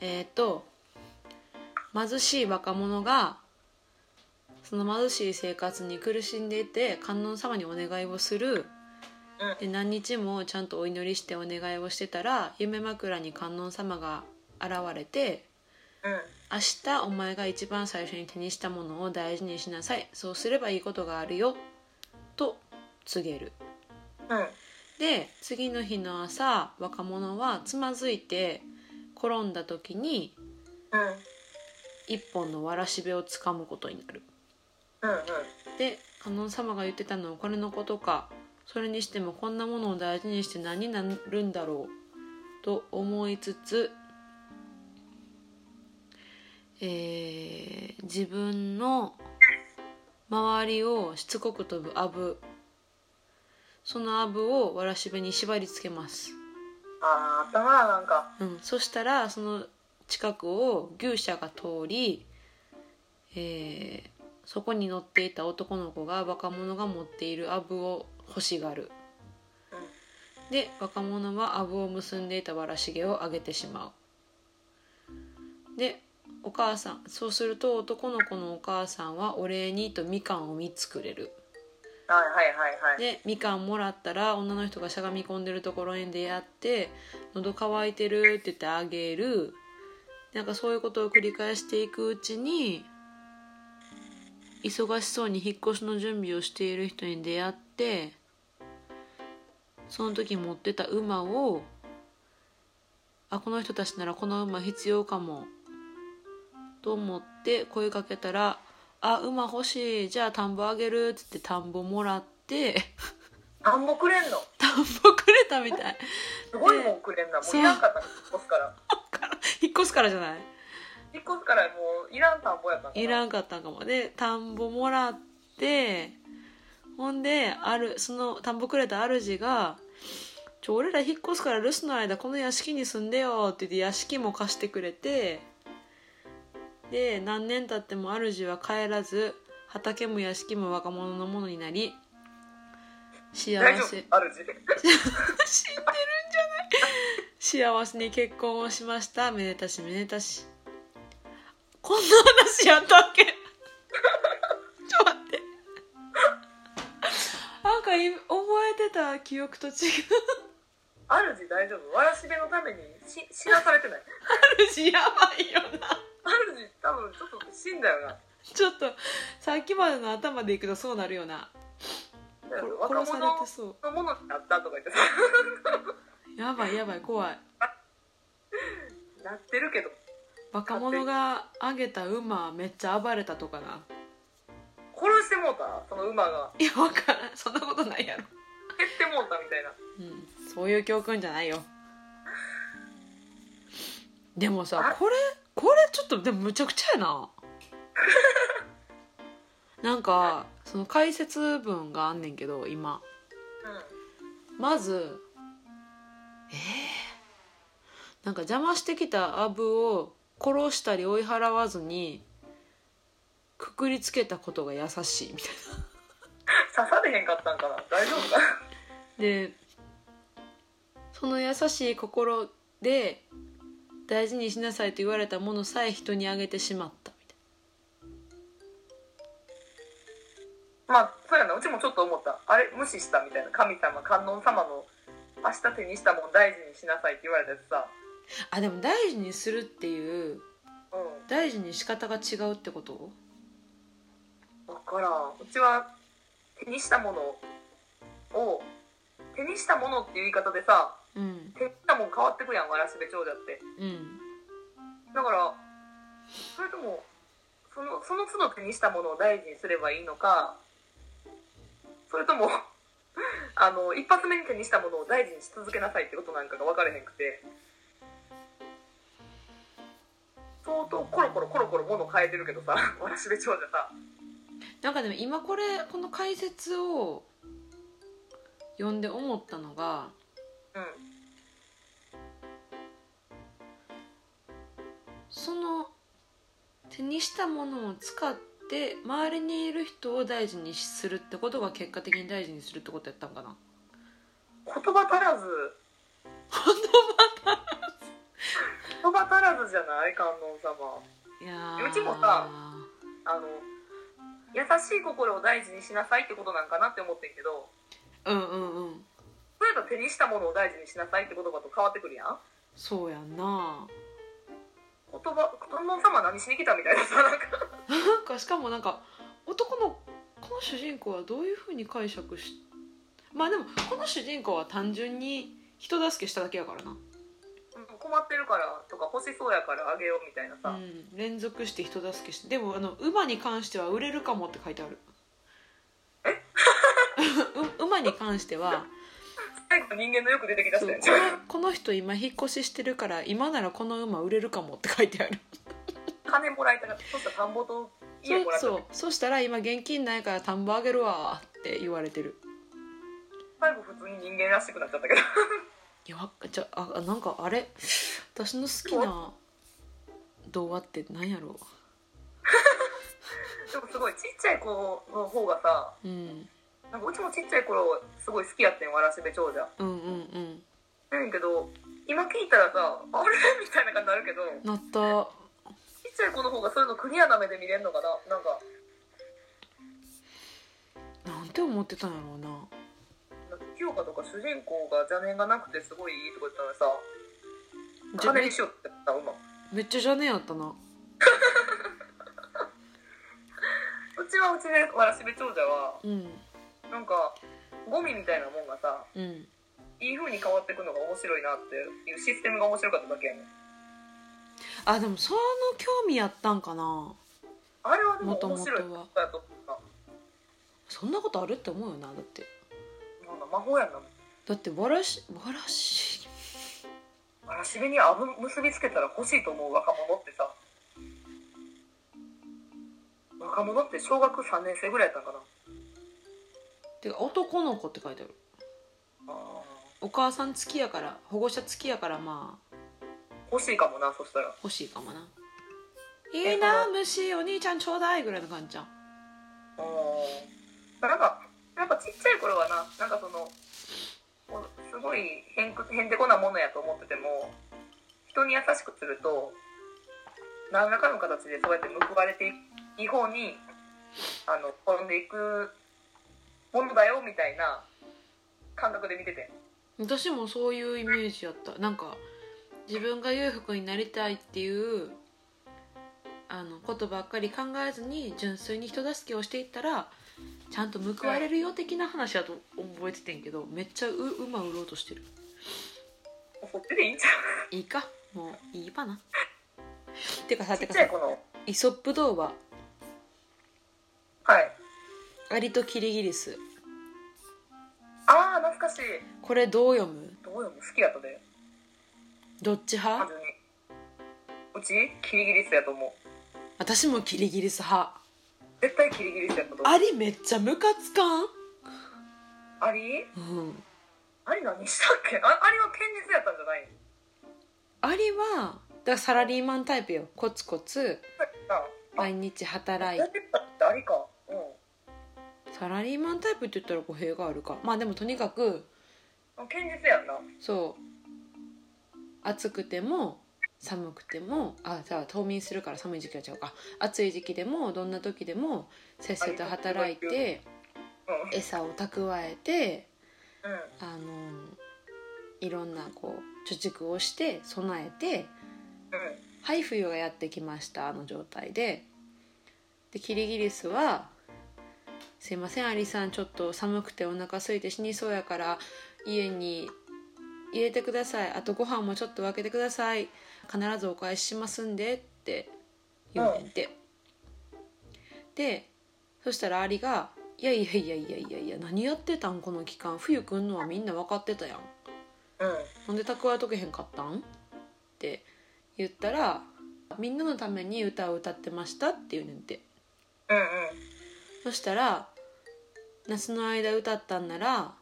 [SPEAKER 2] えっ、と貧しい若者がその貧しい生活に苦しんでいて観音様にお願いをする
[SPEAKER 1] うん
[SPEAKER 2] で何日もちゃんとお祈りしてお願いをしてたら夢枕に観音様が現れて
[SPEAKER 1] うん。
[SPEAKER 2] 「明日お前が一番最初に手にしたものを大事にしなさいそうすればいいことがあるよ」と告げる
[SPEAKER 1] うん。
[SPEAKER 2] で次の日の朝若者はつまずいて転んだ時に
[SPEAKER 1] うん。
[SPEAKER 2] 一本のわらしべをつかむことになる
[SPEAKER 1] うん。うん。
[SPEAKER 2] で観音様が言ってたのはお金のことかそれにしてもこんなものを大事にして何になるんだろうと思いつつ、えー自分の周りをしつこく飛ぶアブそのアブをわらしべに縛り付けます、
[SPEAKER 1] ああ、頭がなんか。
[SPEAKER 2] うん、そしたらその近くを牛舎が通り、えーそこに乗っていた男の子が若者が持っているアブを欲しがる
[SPEAKER 1] うん。
[SPEAKER 2] で若者はアブを結んでいたわらしげをあげてしまうでお母さんそうすると男の子のお母さんはお礼にとみかんを3つくれる
[SPEAKER 1] はいはいはいはい。
[SPEAKER 2] でみかんもらったら女の人がしゃがみ込んでるところに出会って「喉乾いてる」って言ってあげるなんかそういうことを繰り返していくうちに忙しそうに引っ越しの準備をしている人に出会ってその時持ってた馬をあこの人たちならこの馬必要かもと思って声かけたら「あ馬欲しいじゃあ田んぼあげる」っつって田んぼもらって
[SPEAKER 1] 田んぼくれんの
[SPEAKER 2] 田んぼくれたみたい
[SPEAKER 1] すごいもんくれんなもういらんかったの引っ越すから
[SPEAKER 2] 引っ越すからじゃない
[SPEAKER 1] 引っ越すからもういらん田んぼやから
[SPEAKER 2] いらんかったんかもで田んぼもらってほんであるその田んぼくれた主が「ちょ俺ら引っ越すから留守の間この屋敷に住んでよ」って言って屋敷も貸してくれてで何年経っても主は帰らず畑も屋敷も若者のものになり幸
[SPEAKER 1] 大丈夫
[SPEAKER 2] せ
[SPEAKER 1] あるじ
[SPEAKER 2] 知ってるんじゃない幸せに結婚をしましためでたしめでたしこんな話やったっけちょっと待ってなんかい覚えてた記憶と違う
[SPEAKER 1] あるじ大丈夫わらしべのためにし死なされてない
[SPEAKER 2] 主やばいよな
[SPEAKER 1] あるじ多分ちょっと死んだよな
[SPEAKER 2] ちょっとさっきまでの頭でいくとそうなるよな
[SPEAKER 1] だよ
[SPEAKER 2] こ
[SPEAKER 1] 若
[SPEAKER 2] 殺さ
[SPEAKER 1] 者の
[SPEAKER 2] れてそ
[SPEAKER 1] ものになったとか言ってさ
[SPEAKER 2] うやばいやばい怖い
[SPEAKER 1] なってるけど
[SPEAKER 2] 若者があげた馬めっちゃ暴れたとかな
[SPEAKER 1] 殺してもうたその馬が
[SPEAKER 2] いや分からんそんなことないやろ
[SPEAKER 1] 減ってもうたみたいな
[SPEAKER 2] うん、そういう教訓じゃないよでもさ
[SPEAKER 1] あ
[SPEAKER 2] これこれちょっとでもむちゃくちゃやななんかその解説文があんねんけど今
[SPEAKER 1] う
[SPEAKER 2] まずえー、なんか邪魔してきたアブを殺したり追い払わずにくくりつけたことが優しいみたいなん
[SPEAKER 1] 刺されへんかったんかな大丈夫かな
[SPEAKER 2] でその優しい心で大事にしなさいと言われたものさえ人にあげてしまったみたい
[SPEAKER 1] まあそうやなうちもちょっと思ったあれ無視したみたいな神様観音様の明日手にしたもん大事にしなさいって言われたやつさ
[SPEAKER 2] なあでも大事にするっていう
[SPEAKER 1] うん
[SPEAKER 2] 大事に仕方が違うってこと
[SPEAKER 1] 分からんうちは手にしたものを手にしたものっていう言い方でさ
[SPEAKER 2] うん
[SPEAKER 1] 手にしたもん変わってくやんわらしべ長者って
[SPEAKER 2] うん
[SPEAKER 1] だからそれともそのその都度手にしたものを大事にすればいいのかそれとも あの一発目に手にしたものを大事にし続けなさいってことなんかが分かれへんくて相当コロコロコロコロ物変えてるけどさ わらしべ長者さ
[SPEAKER 2] なんかでも今これこの解説を読んで思ったのが
[SPEAKER 1] うん
[SPEAKER 2] その手にしたものを使って周りにいる人を大事にするってことが結果的に大事にするってことやったんかな
[SPEAKER 1] 言葉足らず言葉足らずじゃない観音様
[SPEAKER 2] いやー
[SPEAKER 1] うちもさあの優しい心を大事にしなさいってことなんかなって思ってんけど
[SPEAKER 2] うんうんうん
[SPEAKER 1] それと手にしたものを大事にしなさいって言葉と変わってくるやん
[SPEAKER 2] そうやんな
[SPEAKER 1] 言葉観音様何しに来たみたいなさなんか
[SPEAKER 2] なんかしかもなんか男のこの主人公はどういうふうに解釈しまあでもこの主人公は単純に人助けしただけやからな、
[SPEAKER 1] うん困ってるからとか欲しそうやからあげようみたいなさ、
[SPEAKER 2] うん、連続して人助けしてでもあの馬に関しては売れるかもって書いてある う馬に関し ては
[SPEAKER 1] 最後人間のよく出てきだし
[SPEAKER 2] そう
[SPEAKER 1] た
[SPEAKER 2] こ
[SPEAKER 1] や
[SPEAKER 2] の
[SPEAKER 1] つや
[SPEAKER 2] この人今引っ越ししてるから今ならこの馬売れるかもって書いてある
[SPEAKER 1] 金もらいたかったそしたら田んぼと
[SPEAKER 2] そ
[SPEAKER 1] 家
[SPEAKER 2] う
[SPEAKER 1] もらった
[SPEAKER 2] そうそしたら今現金ないから田んぼあげるわって言われてる
[SPEAKER 1] 最後普通に人間らしくなっちゃったけど
[SPEAKER 2] いやわじゃああなんかあれ私の好きな童話って何やろ
[SPEAKER 1] でもすごいちっちゃい子の方がさ
[SPEAKER 2] う、うん、
[SPEAKER 1] なんかうちもちっちゃい頃すごい好きやってんわらしべ長者
[SPEAKER 2] うんうんうん
[SPEAKER 1] なんやけど今聞いたらさあれみたいな感じになるけど
[SPEAKER 2] なった
[SPEAKER 1] ちっちゃい子の方がそういうのクリアな目で見れるのかななんか
[SPEAKER 2] なんて思ってたんやろうな
[SPEAKER 1] 清香とか主人公が邪念がなくてすごいいいとか言ってたのにさ
[SPEAKER 2] じゃ
[SPEAKER 1] 金
[SPEAKER 2] め
[SPEAKER 1] にしようって言った馬う
[SPEAKER 2] めっちゃ邪念やったな
[SPEAKER 1] ちはうちでわらしべ長者は
[SPEAKER 2] うん
[SPEAKER 1] なんかゴミみたいなもんがさ
[SPEAKER 2] うん
[SPEAKER 1] いい風に変わってくのが面白いなっていうシステムが面白かっただけやねん
[SPEAKER 2] あでもその興味やったんかな
[SPEAKER 1] あれはでも
[SPEAKER 2] もと
[SPEAKER 1] 面
[SPEAKER 2] もと
[SPEAKER 1] 白い
[SPEAKER 2] は
[SPEAKER 1] だと思うな
[SPEAKER 2] そんなことあるって思うよなだって
[SPEAKER 1] なんだ魔法やんな
[SPEAKER 2] だってわらしわらし
[SPEAKER 1] わらしべにあぶ結びつけたら欲しいと思う若者ってさ若者って小学3年生ぐらいやったんかな
[SPEAKER 2] てか男の子って書いてあるお母さん付きやから保護者付きやからまあ
[SPEAKER 1] 欲しいかもなそしたら
[SPEAKER 2] 欲しいかもな「いいな虫お兄ちゃんちょうだい」ぐらいの感じじゃん
[SPEAKER 1] なんかやっぱちっちゃい頃はななんかそのこうすごいへんくへんてこなものやと思ってても人に優しくすると何らかの形でそうやって報われていい方にあの転んでいくものだよみたいな感覚で見てて
[SPEAKER 2] 私もそういうイメージやったなんか自分が裕福になりたいっていうあのことばっかり考えずに純粋に人助けをしていったらちゃんと報われるよ的な話だと覚えててんけどめっちゃう馬売ろうとしてる
[SPEAKER 1] そっちでいいんちゃ
[SPEAKER 2] いいかもういいかな てかさ
[SPEAKER 1] う ち
[SPEAKER 2] て
[SPEAKER 1] っ
[SPEAKER 2] か
[SPEAKER 1] ちゃい
[SPEAKER 2] さ
[SPEAKER 1] 子の
[SPEAKER 2] イソップ童話
[SPEAKER 1] はい
[SPEAKER 2] アリとキリギリス
[SPEAKER 1] ああ懐かしい
[SPEAKER 2] これどう読む
[SPEAKER 1] どうよも好きやったで
[SPEAKER 2] どっち
[SPEAKER 1] 単
[SPEAKER 2] 派
[SPEAKER 1] 純にうちキリギリスやと思う
[SPEAKER 2] 私もキリギリス派
[SPEAKER 1] 絶対キリギリスやったと思う
[SPEAKER 2] アリめっちゃムカつかん
[SPEAKER 1] あり
[SPEAKER 2] うん
[SPEAKER 1] あり何したっけああれは堅実やったんじゃない
[SPEAKER 2] アリはだからサラリーマンタイプよコツコツ
[SPEAKER 1] あ
[SPEAKER 2] 毎日働い
[SPEAKER 1] やってたってありかうん
[SPEAKER 2] サラリーマンタイプって言ったら語弊があるかまあでもとにかく
[SPEAKER 1] 堅実やんな
[SPEAKER 2] そう暑くても寒くてもあじゃあ冬眠するから寒い時期はちゃうか暑い時期でもどんな時でもせっせと働いて
[SPEAKER 1] うんうん
[SPEAKER 2] 餌を蓄えてあのいろんなこう貯蓄をして備えて
[SPEAKER 1] う
[SPEAKER 2] はい冬がやってきましたの状態ででキリギリスは「すいませんアリさんちょっと寒くてお腹空いて死にそうやから家に入れてくださいあとご飯もちょっと分けてください必ずお返ししますんで」って言うねんて、でそしたらアリが「いやいやいやいやいやいや何やってたんこの期間冬来んのはみんな分かってたやん」
[SPEAKER 1] んうん
[SPEAKER 2] なんで蓄えとけへんかったん?」って言ったら「みんなのために歌を歌ってました」って言うねんて
[SPEAKER 1] うん
[SPEAKER 2] そしたら「夏の間歌ったんなら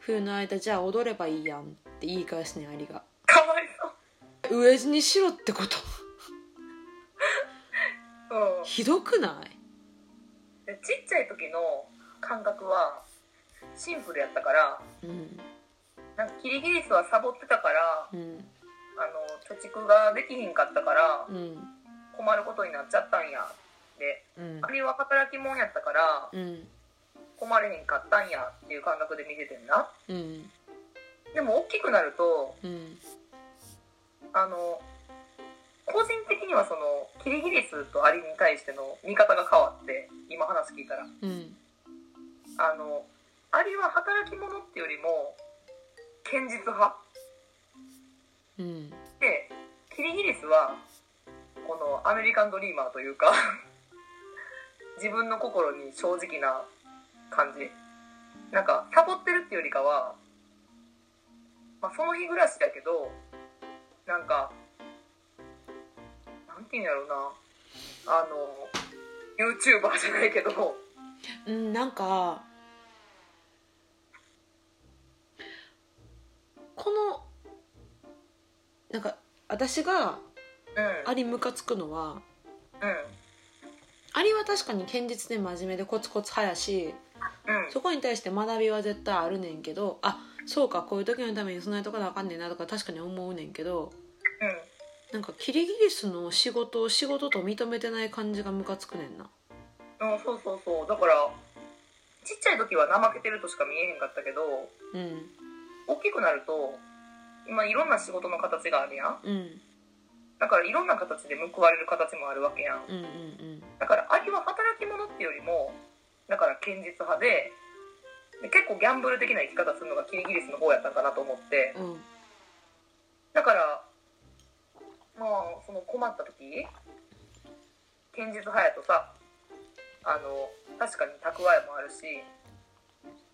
[SPEAKER 2] 冬の間じゃあ踊ればいいやん」って言い返すねんアリが
[SPEAKER 1] かわいそう
[SPEAKER 2] 「飢え死にしろってこと
[SPEAKER 1] うん
[SPEAKER 2] ひどくない?
[SPEAKER 1] でちっちゃい時の感覚はシンプルやったから」
[SPEAKER 2] うん
[SPEAKER 1] なんかキリギリスはサボってたから
[SPEAKER 2] うん
[SPEAKER 1] あの貯蓄ができひんかったから
[SPEAKER 2] うん
[SPEAKER 1] 困ることになっちゃったんやで
[SPEAKER 2] うん
[SPEAKER 1] あれは働き者やったから
[SPEAKER 2] うん
[SPEAKER 1] 困れへんかったんやっていう感覚で見ててんな
[SPEAKER 2] うん
[SPEAKER 1] でも大きくなると
[SPEAKER 2] うん
[SPEAKER 1] あの個人的にはそのキリギリスとアリに対しての見方が変わって今話聞いたら
[SPEAKER 2] うん
[SPEAKER 1] あのアリは働き者っていうよりも堅実派
[SPEAKER 2] うん
[SPEAKER 1] でキリギリスはこのアメリカンドリーマーというか 自分の心に正直な感じなんかサボってるっていうよりかは、まあ、その日暮らしだけどなんかなんて言うんやろうなあの YouTuber じゃないけど
[SPEAKER 2] うんなんかこのなんか私
[SPEAKER 1] う
[SPEAKER 2] が
[SPEAKER 1] ん
[SPEAKER 2] アリムカつくのはアリは確かに堅実で真面目でコツコツ早し
[SPEAKER 1] うんうん
[SPEAKER 2] そこに対して学びは絶対あるねんけどあそうかこういう時のために備えとかなあかんねんなとか確かに思うねんけど
[SPEAKER 1] うん
[SPEAKER 2] なんかキリギリスの仕事を仕事と認めてない感じがムカつくねんな
[SPEAKER 1] うん、そうそうそうだからちっちゃい時は怠けてるとしか見えへんかったけど
[SPEAKER 2] うん
[SPEAKER 1] 大きくなると今いろんな仕事の形があるやん
[SPEAKER 2] うん
[SPEAKER 1] だからいろんな形で報われる形もあるわけやん
[SPEAKER 2] うんうんうん
[SPEAKER 1] だから兄は働き者っていうよりもだから堅実派でで結構ギャンブル的な生き方するのがキリギリスの方やったんかなと思って
[SPEAKER 2] うん
[SPEAKER 1] だからまあその困った時堅実派やとさあの確かに蓄えもあるし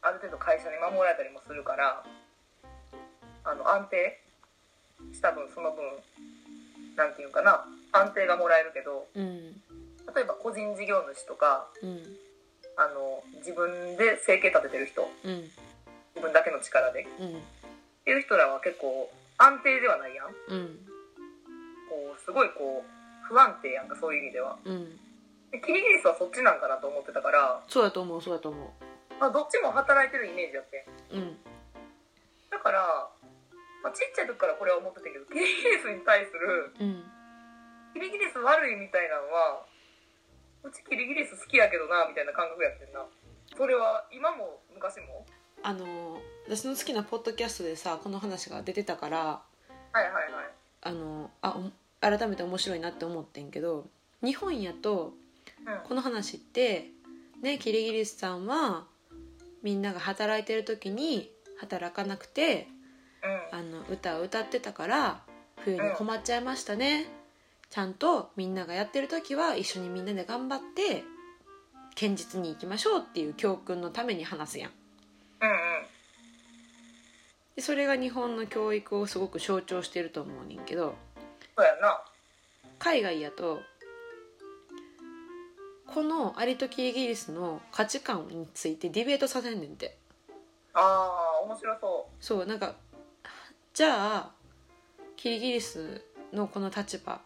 [SPEAKER 1] ある程度会社に守られたりもするからあの安定した分その分なんていうんかな安定がもらえるけど
[SPEAKER 2] うん
[SPEAKER 1] 例えば個人事業主とか
[SPEAKER 2] うん
[SPEAKER 1] あの自分で生計立ててる人
[SPEAKER 2] うん
[SPEAKER 1] 自分だけの力で
[SPEAKER 2] うん
[SPEAKER 1] っていう人らは結構安定ではないやん
[SPEAKER 2] うん
[SPEAKER 1] こうすごいこう不安定やんかそういう意味では
[SPEAKER 2] うん
[SPEAKER 1] でキリギリスはそっちなんかなと思ってたから、
[SPEAKER 2] そうだと思うそうだと思
[SPEAKER 1] まあ、どっちも働いてるイメージやってん
[SPEAKER 2] ううん
[SPEAKER 1] だから、まあ、ちっちゃい時からこれは思ってたけどキリギリスに対する
[SPEAKER 2] うん
[SPEAKER 1] キリギリス悪いみたいなのはうちキリギリス好きやけどなみたいな感覚やってんなそれは今も昔も
[SPEAKER 2] あの私の好きなポッドキャストでさこの話が出てたから
[SPEAKER 1] はいはいはい
[SPEAKER 2] あのあお改めて面白いなって思ってんけど日本やと
[SPEAKER 1] うん
[SPEAKER 2] この話ってねキリギリスさんはみんなが働いてる時に働かなくて
[SPEAKER 1] うん
[SPEAKER 2] あの歌を歌ってたから冬に困っちゃいましたね、ちゃんとみんながやってる時は一緒にみんなで頑張って堅実に行きましょうっていう教訓のために話すやん
[SPEAKER 1] うんうん
[SPEAKER 2] でそれが日本の教育をすごく象徴してると思うねんけど
[SPEAKER 1] そうやな
[SPEAKER 2] 海外やとこのアリとキリギリスの価値観についてディベートさせんねんて
[SPEAKER 1] ああ面白そ
[SPEAKER 2] そうなんかじゃあキリギリスのこの立場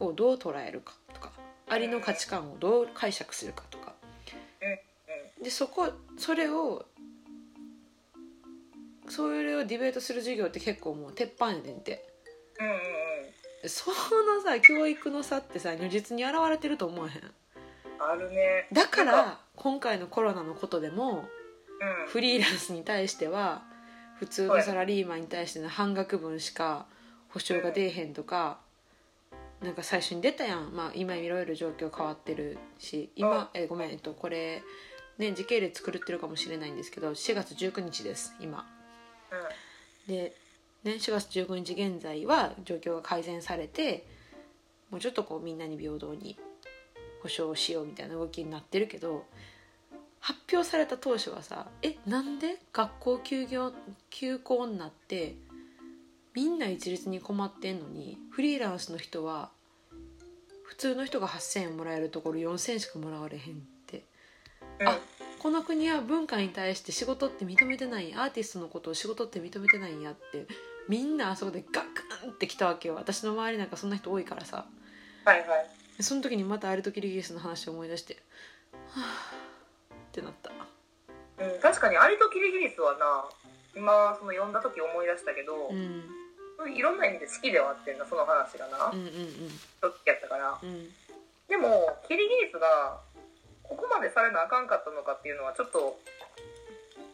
[SPEAKER 2] をどう捉えるかとかアリの価値観をどう解釈するかとかでそこそれをそれをディベートする授業って結構もう鉄板やねんて
[SPEAKER 1] ううんうんうん
[SPEAKER 2] そのさ教育の差ってさ如実に現れてると思わへん
[SPEAKER 1] あるね
[SPEAKER 2] だか
[SPEAKER 1] なん
[SPEAKER 2] ら今回のコロナのことでも
[SPEAKER 1] うん
[SPEAKER 2] フリーランスに対しては普通のサラリーマンに対しての半額分しか保証が出えへんとかなんか最初に出たやん、まあ、今いろいろ状況変わってるし今えごめん、えっと、これ、ね、時系列狂ってるかもしれないんですけど4月19日です今。
[SPEAKER 1] うん
[SPEAKER 2] で、ね、4月19日現在は状況が改善されてもうちょっとこうみんなに平等に保障しようみたいな動きになってるけど発表された当初はさ「えなんで学校休業休校になってみんな一律に困ってんのにフリーランスの人は普通の人が8,000円もらえるところ4,000円しかもらわれへん」って
[SPEAKER 1] うん
[SPEAKER 2] あこの国は文化に対して仕事って認めてないアーティストのことを仕事って認めてないんやってみんなあそこでガクンってきたわけよ私の周りなんかそんな人多いからさ
[SPEAKER 1] はいはい
[SPEAKER 2] その時にまたアルトキリギリスの話を思い出してはぁってなった
[SPEAKER 1] うん、確かにアリとキリギリスはな今その読んだ時思い出したけど
[SPEAKER 2] うん、、
[SPEAKER 1] いろんな意味で好きではあってんなその話がな、
[SPEAKER 2] うんうん
[SPEAKER 1] 時やったから
[SPEAKER 2] うんうん
[SPEAKER 1] でもキリギリスがここまでされなあかんかったのかっていうのはちょっと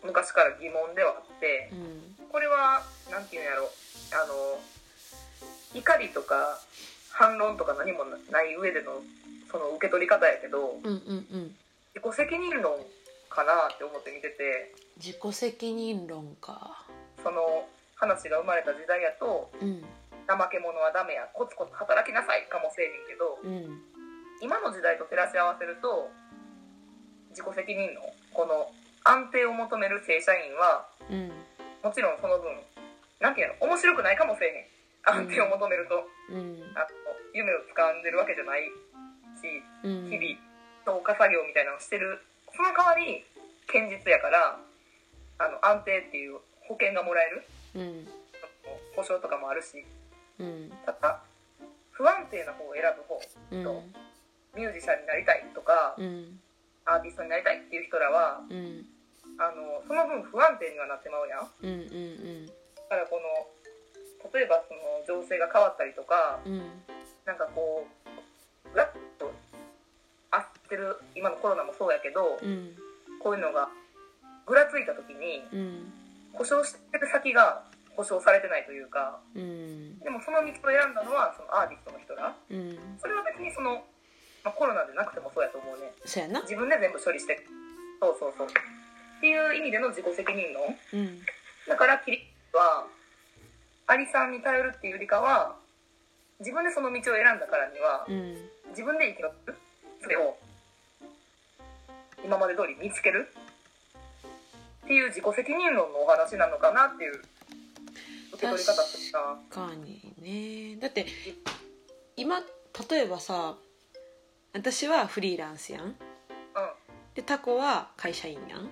[SPEAKER 1] 昔から疑問ではあって
[SPEAKER 2] うん
[SPEAKER 1] これはなんていうんやろあの怒りとか反論とか何もない上でのその受け取り方やけど、
[SPEAKER 2] うんうんうん
[SPEAKER 1] 自己責任論かなって思って見てて
[SPEAKER 2] 自己責任論か
[SPEAKER 1] その話が生まれた時代やと
[SPEAKER 2] うん
[SPEAKER 1] 怠け者はダメやコツコツ働きなさいかもせえへんけど
[SPEAKER 2] うん
[SPEAKER 1] 今の時代と照らし合わせると自己責任論この安定を求める正社員は
[SPEAKER 2] うん
[SPEAKER 1] もちろんその分なんていうの面白くないかもせえへん安定を求めると、
[SPEAKER 2] うん
[SPEAKER 1] あの夢を掴んでるわけじゃないし
[SPEAKER 2] うん
[SPEAKER 1] 日々消化作業みたいなのをしてるその代わり堅実やからあの安定っていう保険がもらえる
[SPEAKER 2] うん
[SPEAKER 1] 保証とかもあるし
[SPEAKER 2] うん
[SPEAKER 1] ただ不安定な方を選ぶ方
[SPEAKER 2] うん
[SPEAKER 1] ミュージシャンになりたいとか
[SPEAKER 2] うん
[SPEAKER 1] アーティストになりたいっていう人らは
[SPEAKER 2] うん
[SPEAKER 1] あのその分不安定にはなってまうやん
[SPEAKER 2] うんうんうん
[SPEAKER 1] だからこの例えばその情勢が変わったりとか
[SPEAKER 2] うん
[SPEAKER 1] なんかこうガッと合ってる今のコロナもそうやけど
[SPEAKER 2] うん
[SPEAKER 1] こういうのがぐらついた時に
[SPEAKER 2] うん
[SPEAKER 1] 故障してる先が保証されてないというか
[SPEAKER 2] うん
[SPEAKER 1] でもその道を選んだのはそのアーティストの人ら
[SPEAKER 2] うん
[SPEAKER 1] それは別にその、まあ、コロナでなくてもそうやと思うね
[SPEAKER 2] そうやな
[SPEAKER 1] 自分で全部処理してそうそうそうっていう意味での自己責任の
[SPEAKER 2] うん
[SPEAKER 1] だからキリはアリさんに頼るっていうよりかは自分でその道を選んだからには
[SPEAKER 2] うん
[SPEAKER 1] 自分で生き残るそれを今まで通り見つけるっていう自己責任論のお話なのかなっていう受け取り方とした
[SPEAKER 2] かにねだって今例えばさ私はフリーランスやん
[SPEAKER 1] う
[SPEAKER 2] でタコは会社員やん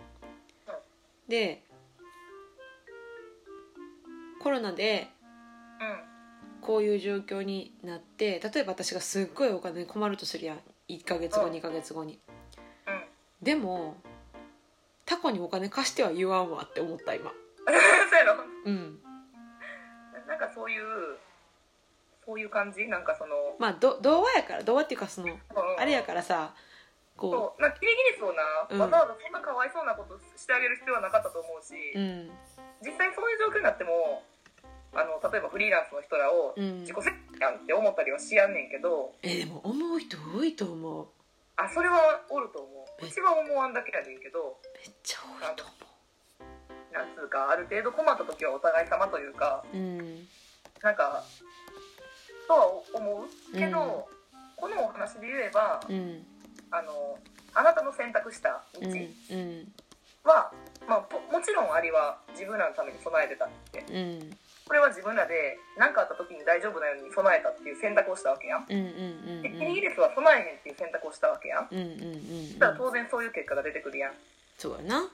[SPEAKER 2] でコロナで
[SPEAKER 1] ん
[SPEAKER 2] こういう状況になって例えば私がすっごいお金に困るとするやん1ヶ月後
[SPEAKER 1] うん
[SPEAKER 2] 2ヶ月後に
[SPEAKER 1] うんうん
[SPEAKER 2] でもタコにお金貸しては言わんわって思った今
[SPEAKER 1] そうやろ
[SPEAKER 2] うん
[SPEAKER 1] なんかそういうそういう感じなんかその、
[SPEAKER 2] まあど童話やから童話っていうかその
[SPEAKER 1] うん
[SPEAKER 2] あれやからさこ
[SPEAKER 1] そうなんかキリギリスをな、
[SPEAKER 2] うん
[SPEAKER 1] わざわざそんなかわいそうなことしてあげる必要はなかったと思うし、
[SPEAKER 2] ううん
[SPEAKER 1] 実際そういう状況になってもあの例えばフリーランスの人らを
[SPEAKER 2] うん
[SPEAKER 1] 自己責任やんって思ったりはしやんねんけど、
[SPEAKER 2] えでも思う人多いと思う
[SPEAKER 1] あそれはおると思う
[SPEAKER 2] え
[SPEAKER 1] うちは思わんだけやねんけど
[SPEAKER 2] めっちゃ多いと思
[SPEAKER 1] なんつうかある程度困った時はお互い様というか
[SPEAKER 2] ううん
[SPEAKER 1] なんかとは思うけど、このお話で言えば、
[SPEAKER 2] うん
[SPEAKER 1] あのあなたの選択した道
[SPEAKER 2] うんうん
[SPEAKER 1] は、まあ、ぽもちろんアリは自分らのために備えてたって
[SPEAKER 2] うん
[SPEAKER 1] これは自分らで何かあった時に大丈夫なように備えたっていう選択をしたわけやん。
[SPEAKER 2] うんうんうん
[SPEAKER 1] でキリギリスは備えへんっていう選択をしたわけやん。
[SPEAKER 2] うんうんうん
[SPEAKER 1] だから当然そういう結果が出てくるやん。
[SPEAKER 2] そうやな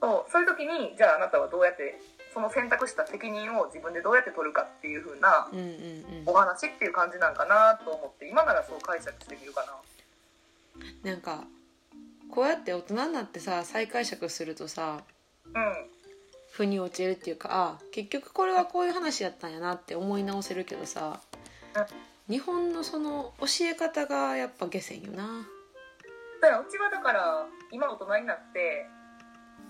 [SPEAKER 1] そうそういう時にじゃああなたはどうやってその選択した責任を自分でどうやって取るかっていう風な
[SPEAKER 2] うんうんう
[SPEAKER 1] お話っていう感じなんかなと思って今ならそう解釈してみるかな。
[SPEAKER 2] んなんかこうやって大人になってさ再解釈するとさ
[SPEAKER 1] うん
[SPEAKER 2] 腑に落ちるっていうかあ結局これはこういう話やったんやなって思い直せるけどさ日本のその教え方がやっぱ下船よな
[SPEAKER 1] だからうちはだから今大人になって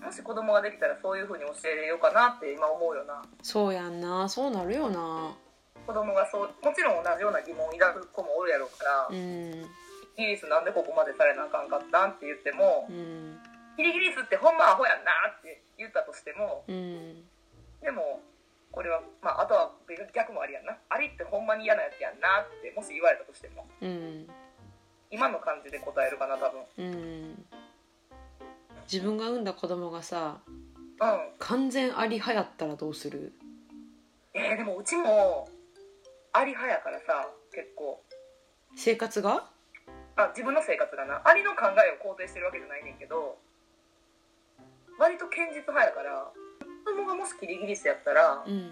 [SPEAKER 1] もし子供ができたらそういう風に教えようかなって今思うよな。
[SPEAKER 2] そうやんなそうなるよな
[SPEAKER 1] 子供がそうもちろん同じような疑問を抱く子もおるやろうから、
[SPEAKER 2] うん
[SPEAKER 1] キリギリスなんでここまでされなあかんかったんって言っても、
[SPEAKER 2] うん
[SPEAKER 1] キリギリスってほんまアホやんなって言ったとしても
[SPEAKER 2] うん
[SPEAKER 1] でもこれは、まあ、あとは逆もありやんなありってほんまに嫌なやつやんなってもし言われたとしても
[SPEAKER 2] うん
[SPEAKER 1] 今の感じで答えるかな多分
[SPEAKER 2] うん自分が産んだ子供がさ
[SPEAKER 1] うん
[SPEAKER 2] 完全アリ派やったらどうする
[SPEAKER 1] えー、でもうちもアリ派やからさ結構
[SPEAKER 2] 生活が
[SPEAKER 1] あ自分の生活がなアリの考えを肯定してるわけじゃないねんけど割と堅実派やから子供がもしキリギリスやったら
[SPEAKER 2] うん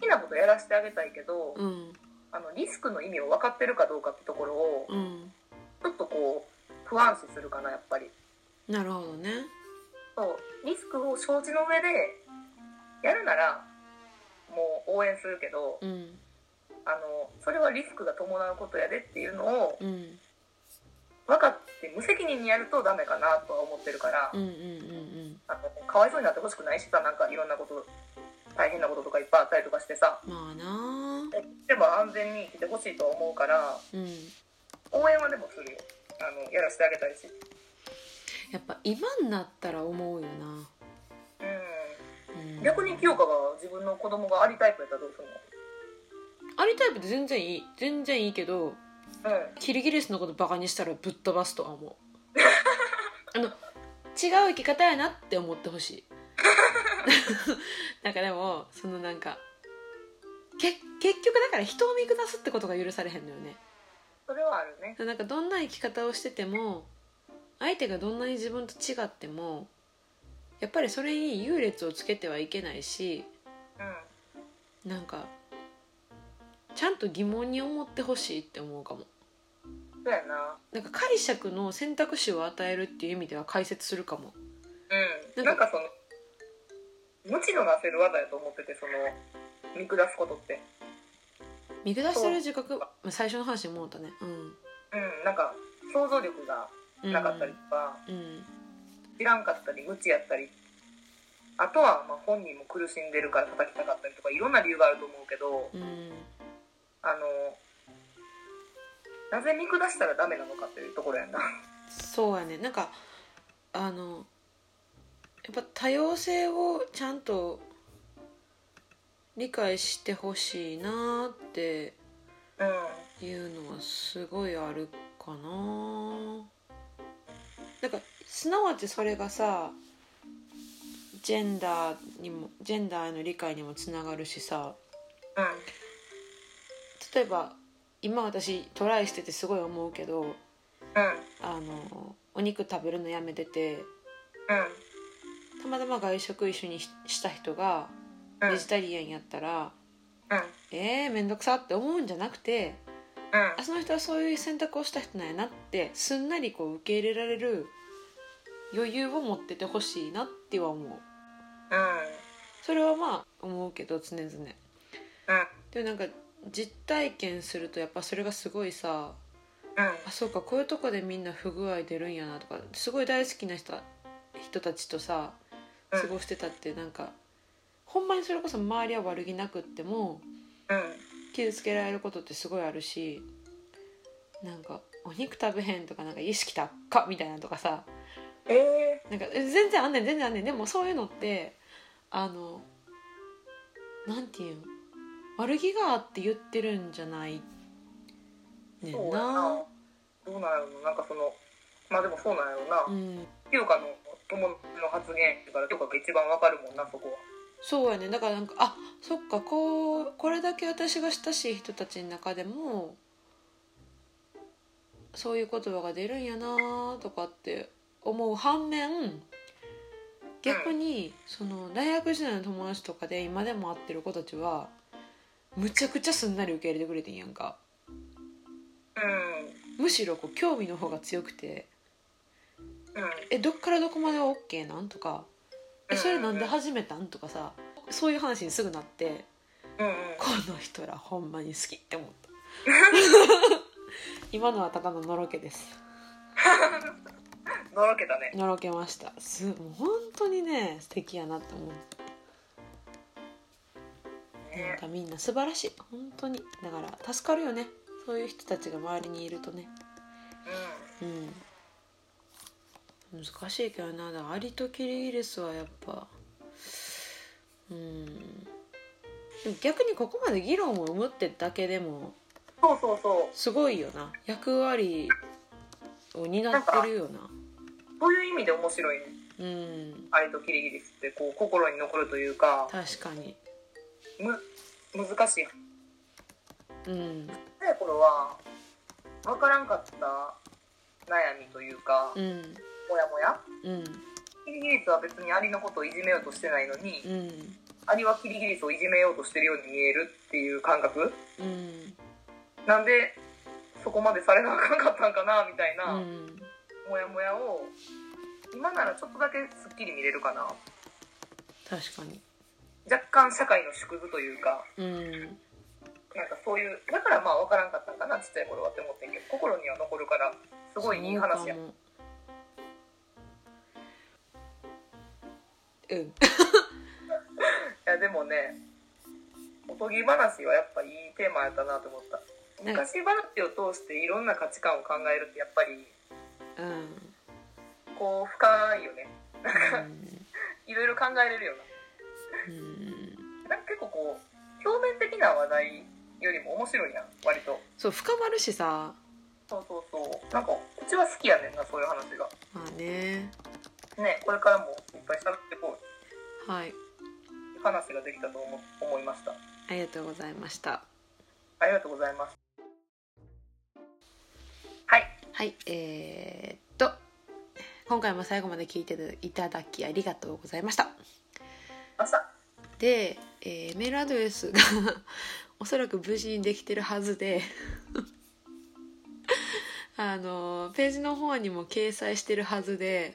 [SPEAKER 1] 好きなことやらせてあげたいけど
[SPEAKER 2] うん
[SPEAKER 1] あのリスクの意味を分かってるかどうかってところを
[SPEAKER 2] うん
[SPEAKER 1] ちょっとこう不安視するかなやっぱり
[SPEAKER 2] なるほどね
[SPEAKER 1] そうリスクを承知の上でやるならもう応援するけど
[SPEAKER 2] うん
[SPEAKER 1] あのそれはリスクが伴うことやでっていうのを
[SPEAKER 2] うん
[SPEAKER 1] 分かって無責任にやるとダメかなとは思ってるから、
[SPEAKER 2] うんうんうん
[SPEAKER 1] あのかわいそうになってほしくないしさなんかいろんなこと大変なこととかいっぱいあったりとかしてさ
[SPEAKER 2] うんまあな
[SPEAKER 1] でも安全に生きてほしいとは思うから
[SPEAKER 2] うん
[SPEAKER 1] 応援はでもするよあのやらせてあげたいし
[SPEAKER 2] やっぱ今になったら思うよな、
[SPEAKER 1] うん
[SPEAKER 2] うん、
[SPEAKER 1] 逆に清香が自分の子供がアリタイプやったらどうする
[SPEAKER 2] アリタイプで全然いい全然いいけど
[SPEAKER 1] のうん
[SPEAKER 2] キリギリスのことバカにしたらぶっ飛ばすとは思うあの違う生き方やなって思ってほしいなんかでもそのなんかけ結局だから人を見下すってことが許されへんのよね
[SPEAKER 1] それはあるね
[SPEAKER 2] なんかどんな生き方をしてても相手がどんなに自分と違ってもやっぱりそれに優劣をつけてはいけないし
[SPEAKER 1] うん
[SPEAKER 2] なんかちゃんと疑問に思ってほしいって思うかも
[SPEAKER 1] そうやな
[SPEAKER 2] なんか解釈の選択肢を与えるっていう意味では解説するかも
[SPEAKER 1] うんな
[SPEAKER 2] な
[SPEAKER 1] んん
[SPEAKER 2] か
[SPEAKER 1] かその無知のなせる技やと思っててその見下すことって
[SPEAKER 2] 見下してる自覚まあ最初の話に戻ったねう
[SPEAKER 1] うんなんか想像力が
[SPEAKER 2] ん
[SPEAKER 1] なかったりとか、
[SPEAKER 2] うん
[SPEAKER 1] 知らんかったり無知やったりあとはまあ本人も苦しんでるから叩きたかったりとかいろんな理由があると思うけど
[SPEAKER 2] うん
[SPEAKER 1] あのなぜ見下したらダメなのかっていうところやんな
[SPEAKER 2] そうやねなんかあのやっぱ多様性をちゃんと理解してほしいなって
[SPEAKER 1] うん
[SPEAKER 2] いうのはすごいあるかななんかすなわちそれがさジェンダーにもジェンダーへの理解にもつながるしさ
[SPEAKER 1] うん
[SPEAKER 2] 例えば今私トライしててすごい思うけど
[SPEAKER 1] うん
[SPEAKER 2] あのお肉食べるのやめてて
[SPEAKER 1] うん
[SPEAKER 2] たまたま外食一緒にしした人が
[SPEAKER 1] うん
[SPEAKER 2] ベジタリアンやったら、
[SPEAKER 1] うん
[SPEAKER 2] えー、めんどくさって思うんじゃなくて
[SPEAKER 1] うん
[SPEAKER 2] あその人はそういう選択をした人なんやなってすんなりこう受け入れられる余裕を持っててほしいなっては思う
[SPEAKER 1] うん
[SPEAKER 2] それはまあ思うけど常々
[SPEAKER 1] うん
[SPEAKER 2] でもなんか実体験するとやっぱそれがすごいさ
[SPEAKER 1] うん
[SPEAKER 2] あそうかこういうとこでみんな不具合出るんやなとかすごい大好きな人人たちとさ
[SPEAKER 1] うん
[SPEAKER 2] 過ごしてたってなんか、ほんまにそれこそ周りは悪気なくっても
[SPEAKER 1] うん
[SPEAKER 2] 傷つけられることってすごいあるしなんかお肉食べへんとかなんか意識高っみたいなとかさ
[SPEAKER 1] ええ
[SPEAKER 2] なんかえ全然あんねん全然あんねんでもそういうのってあのなんていうん悪気があって言ってるんじゃないね
[SPEAKER 1] そ
[SPEAKER 2] ん
[SPEAKER 1] うやな
[SPEAKER 2] な。
[SPEAKER 1] どうなんやろうななんかそのまあでもそうなんやろうな、
[SPEAKER 2] うん
[SPEAKER 1] 清香の友達の発言やから清香が一番わかるもんなそこは
[SPEAKER 2] そうやねだからなんかあそっかこうこれだけ私が親しい人たちの中でもそういう言葉が出るんやなとかって思う反面逆にその大学時代の友達とかで今でも会ってる子たちはむちゃくちゃすんなり受け入れてくれてんやんか
[SPEAKER 1] うん
[SPEAKER 2] むしろこう興味の方が強くて
[SPEAKER 1] うん
[SPEAKER 2] 「えどっからどこまでは OK なん?」とか「えそれなんで始めたん?」とかさそういう話にすぐなって。
[SPEAKER 1] うんうん
[SPEAKER 2] この人らほんまに好きって思った今のはただののろけです
[SPEAKER 1] のろけたね
[SPEAKER 2] のろけましたすもう本当にね素敵やなって思うなん
[SPEAKER 1] ね
[SPEAKER 2] かみんな素晴らしい本当にだから助かるよねそういう人たちが周りにいるとねうん難しいけどなだからアリとキリギリスはやっぱうんでも逆にここまで議論を生むってだけでも
[SPEAKER 1] うんそうそうそ
[SPEAKER 2] すごいよな役割を担ってるよな
[SPEAKER 1] うそういう意味で面白いね
[SPEAKER 2] うん
[SPEAKER 1] あれとキリギリスってこう心に残るというか
[SPEAKER 2] 確かに
[SPEAKER 1] む難しい
[SPEAKER 2] うん
[SPEAKER 1] 早い頃は分からんかった悩みというか
[SPEAKER 2] うん
[SPEAKER 1] モヤモヤ
[SPEAKER 2] うん
[SPEAKER 1] キリギリスは別にアリのことをいじめようとしてないのに、
[SPEAKER 2] うん
[SPEAKER 1] アリはキリギリスをいじめようとしてるように見えるっていう感覚
[SPEAKER 2] うん
[SPEAKER 1] なんでそこまでされなあかんかったんかなみたいな、
[SPEAKER 2] うん
[SPEAKER 1] モヤモヤを今ならちょっとだけすっきり見れるかな
[SPEAKER 2] 確かに
[SPEAKER 1] 若干社会の縮図というか
[SPEAKER 2] うん
[SPEAKER 1] なんかそういうだからまあ分からんかったんかなちっちゃい頃はって思ってんけど心には残るからすごいいい話や
[SPEAKER 2] そうかもうん
[SPEAKER 1] いやでもねおとぎ話はやっぱいいテーマやったなと思った
[SPEAKER 2] なんか
[SPEAKER 1] 昔話を通していろんな価値観を考えるってやっぱり
[SPEAKER 2] うん
[SPEAKER 1] こう深いよね
[SPEAKER 2] うん
[SPEAKER 1] いろいろ考えれるよ
[SPEAKER 2] うん
[SPEAKER 1] ななんか結構こう表面的な話題よりも面白いな割と
[SPEAKER 2] そう深まるしさ
[SPEAKER 1] そうそうそうなんかうちは好きやねんなそういう話が
[SPEAKER 2] まあね
[SPEAKER 1] ねこれからもいっぱい喋ってこう
[SPEAKER 2] はい
[SPEAKER 1] って話ができたと思思いました
[SPEAKER 2] ありがとうございました
[SPEAKER 1] ありがとうございますはい
[SPEAKER 2] はい、えーっと今回も最後まで聞いていただきありがとうございました。
[SPEAKER 1] ました
[SPEAKER 2] で、えーメールアドレスが おそらく無事にできてるはずで あのページの方にも掲載してるはずで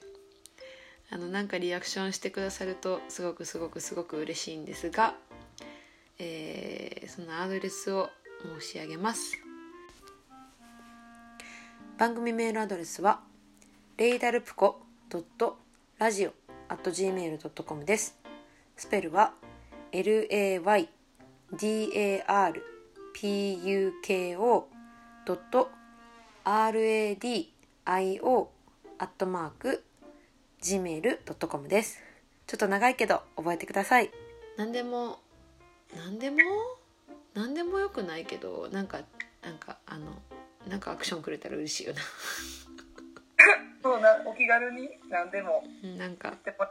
[SPEAKER 2] あのなんかリアクションしてくださるとすごくすごくすごく嬉しいんですが、えーそのアドレスを申し上げます番組メールアドレスはレイダルプコラジオ .gmail.com ですスペルは laydarpuko.radio アットマーク gmail.com ですちょっと長いけど覚えてください何でも何でも何でもよくないけどなんかなんかあのなんかアクションくれたら嬉しいよな
[SPEAKER 1] そうなお気軽に何でも
[SPEAKER 2] うんなん か
[SPEAKER 1] でも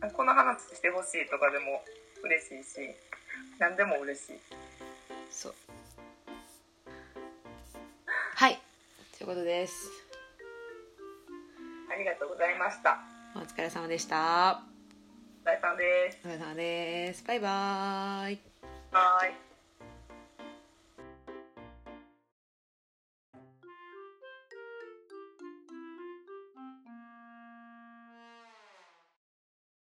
[SPEAKER 1] あこの話してほしいとかでも嬉しいし何でも嬉しい
[SPEAKER 2] そうはいということです
[SPEAKER 1] ありがとうございました
[SPEAKER 2] お疲れ様でした
[SPEAKER 1] 大さんです
[SPEAKER 2] お疲れ様ですバイバーイ
[SPEAKER 1] はーい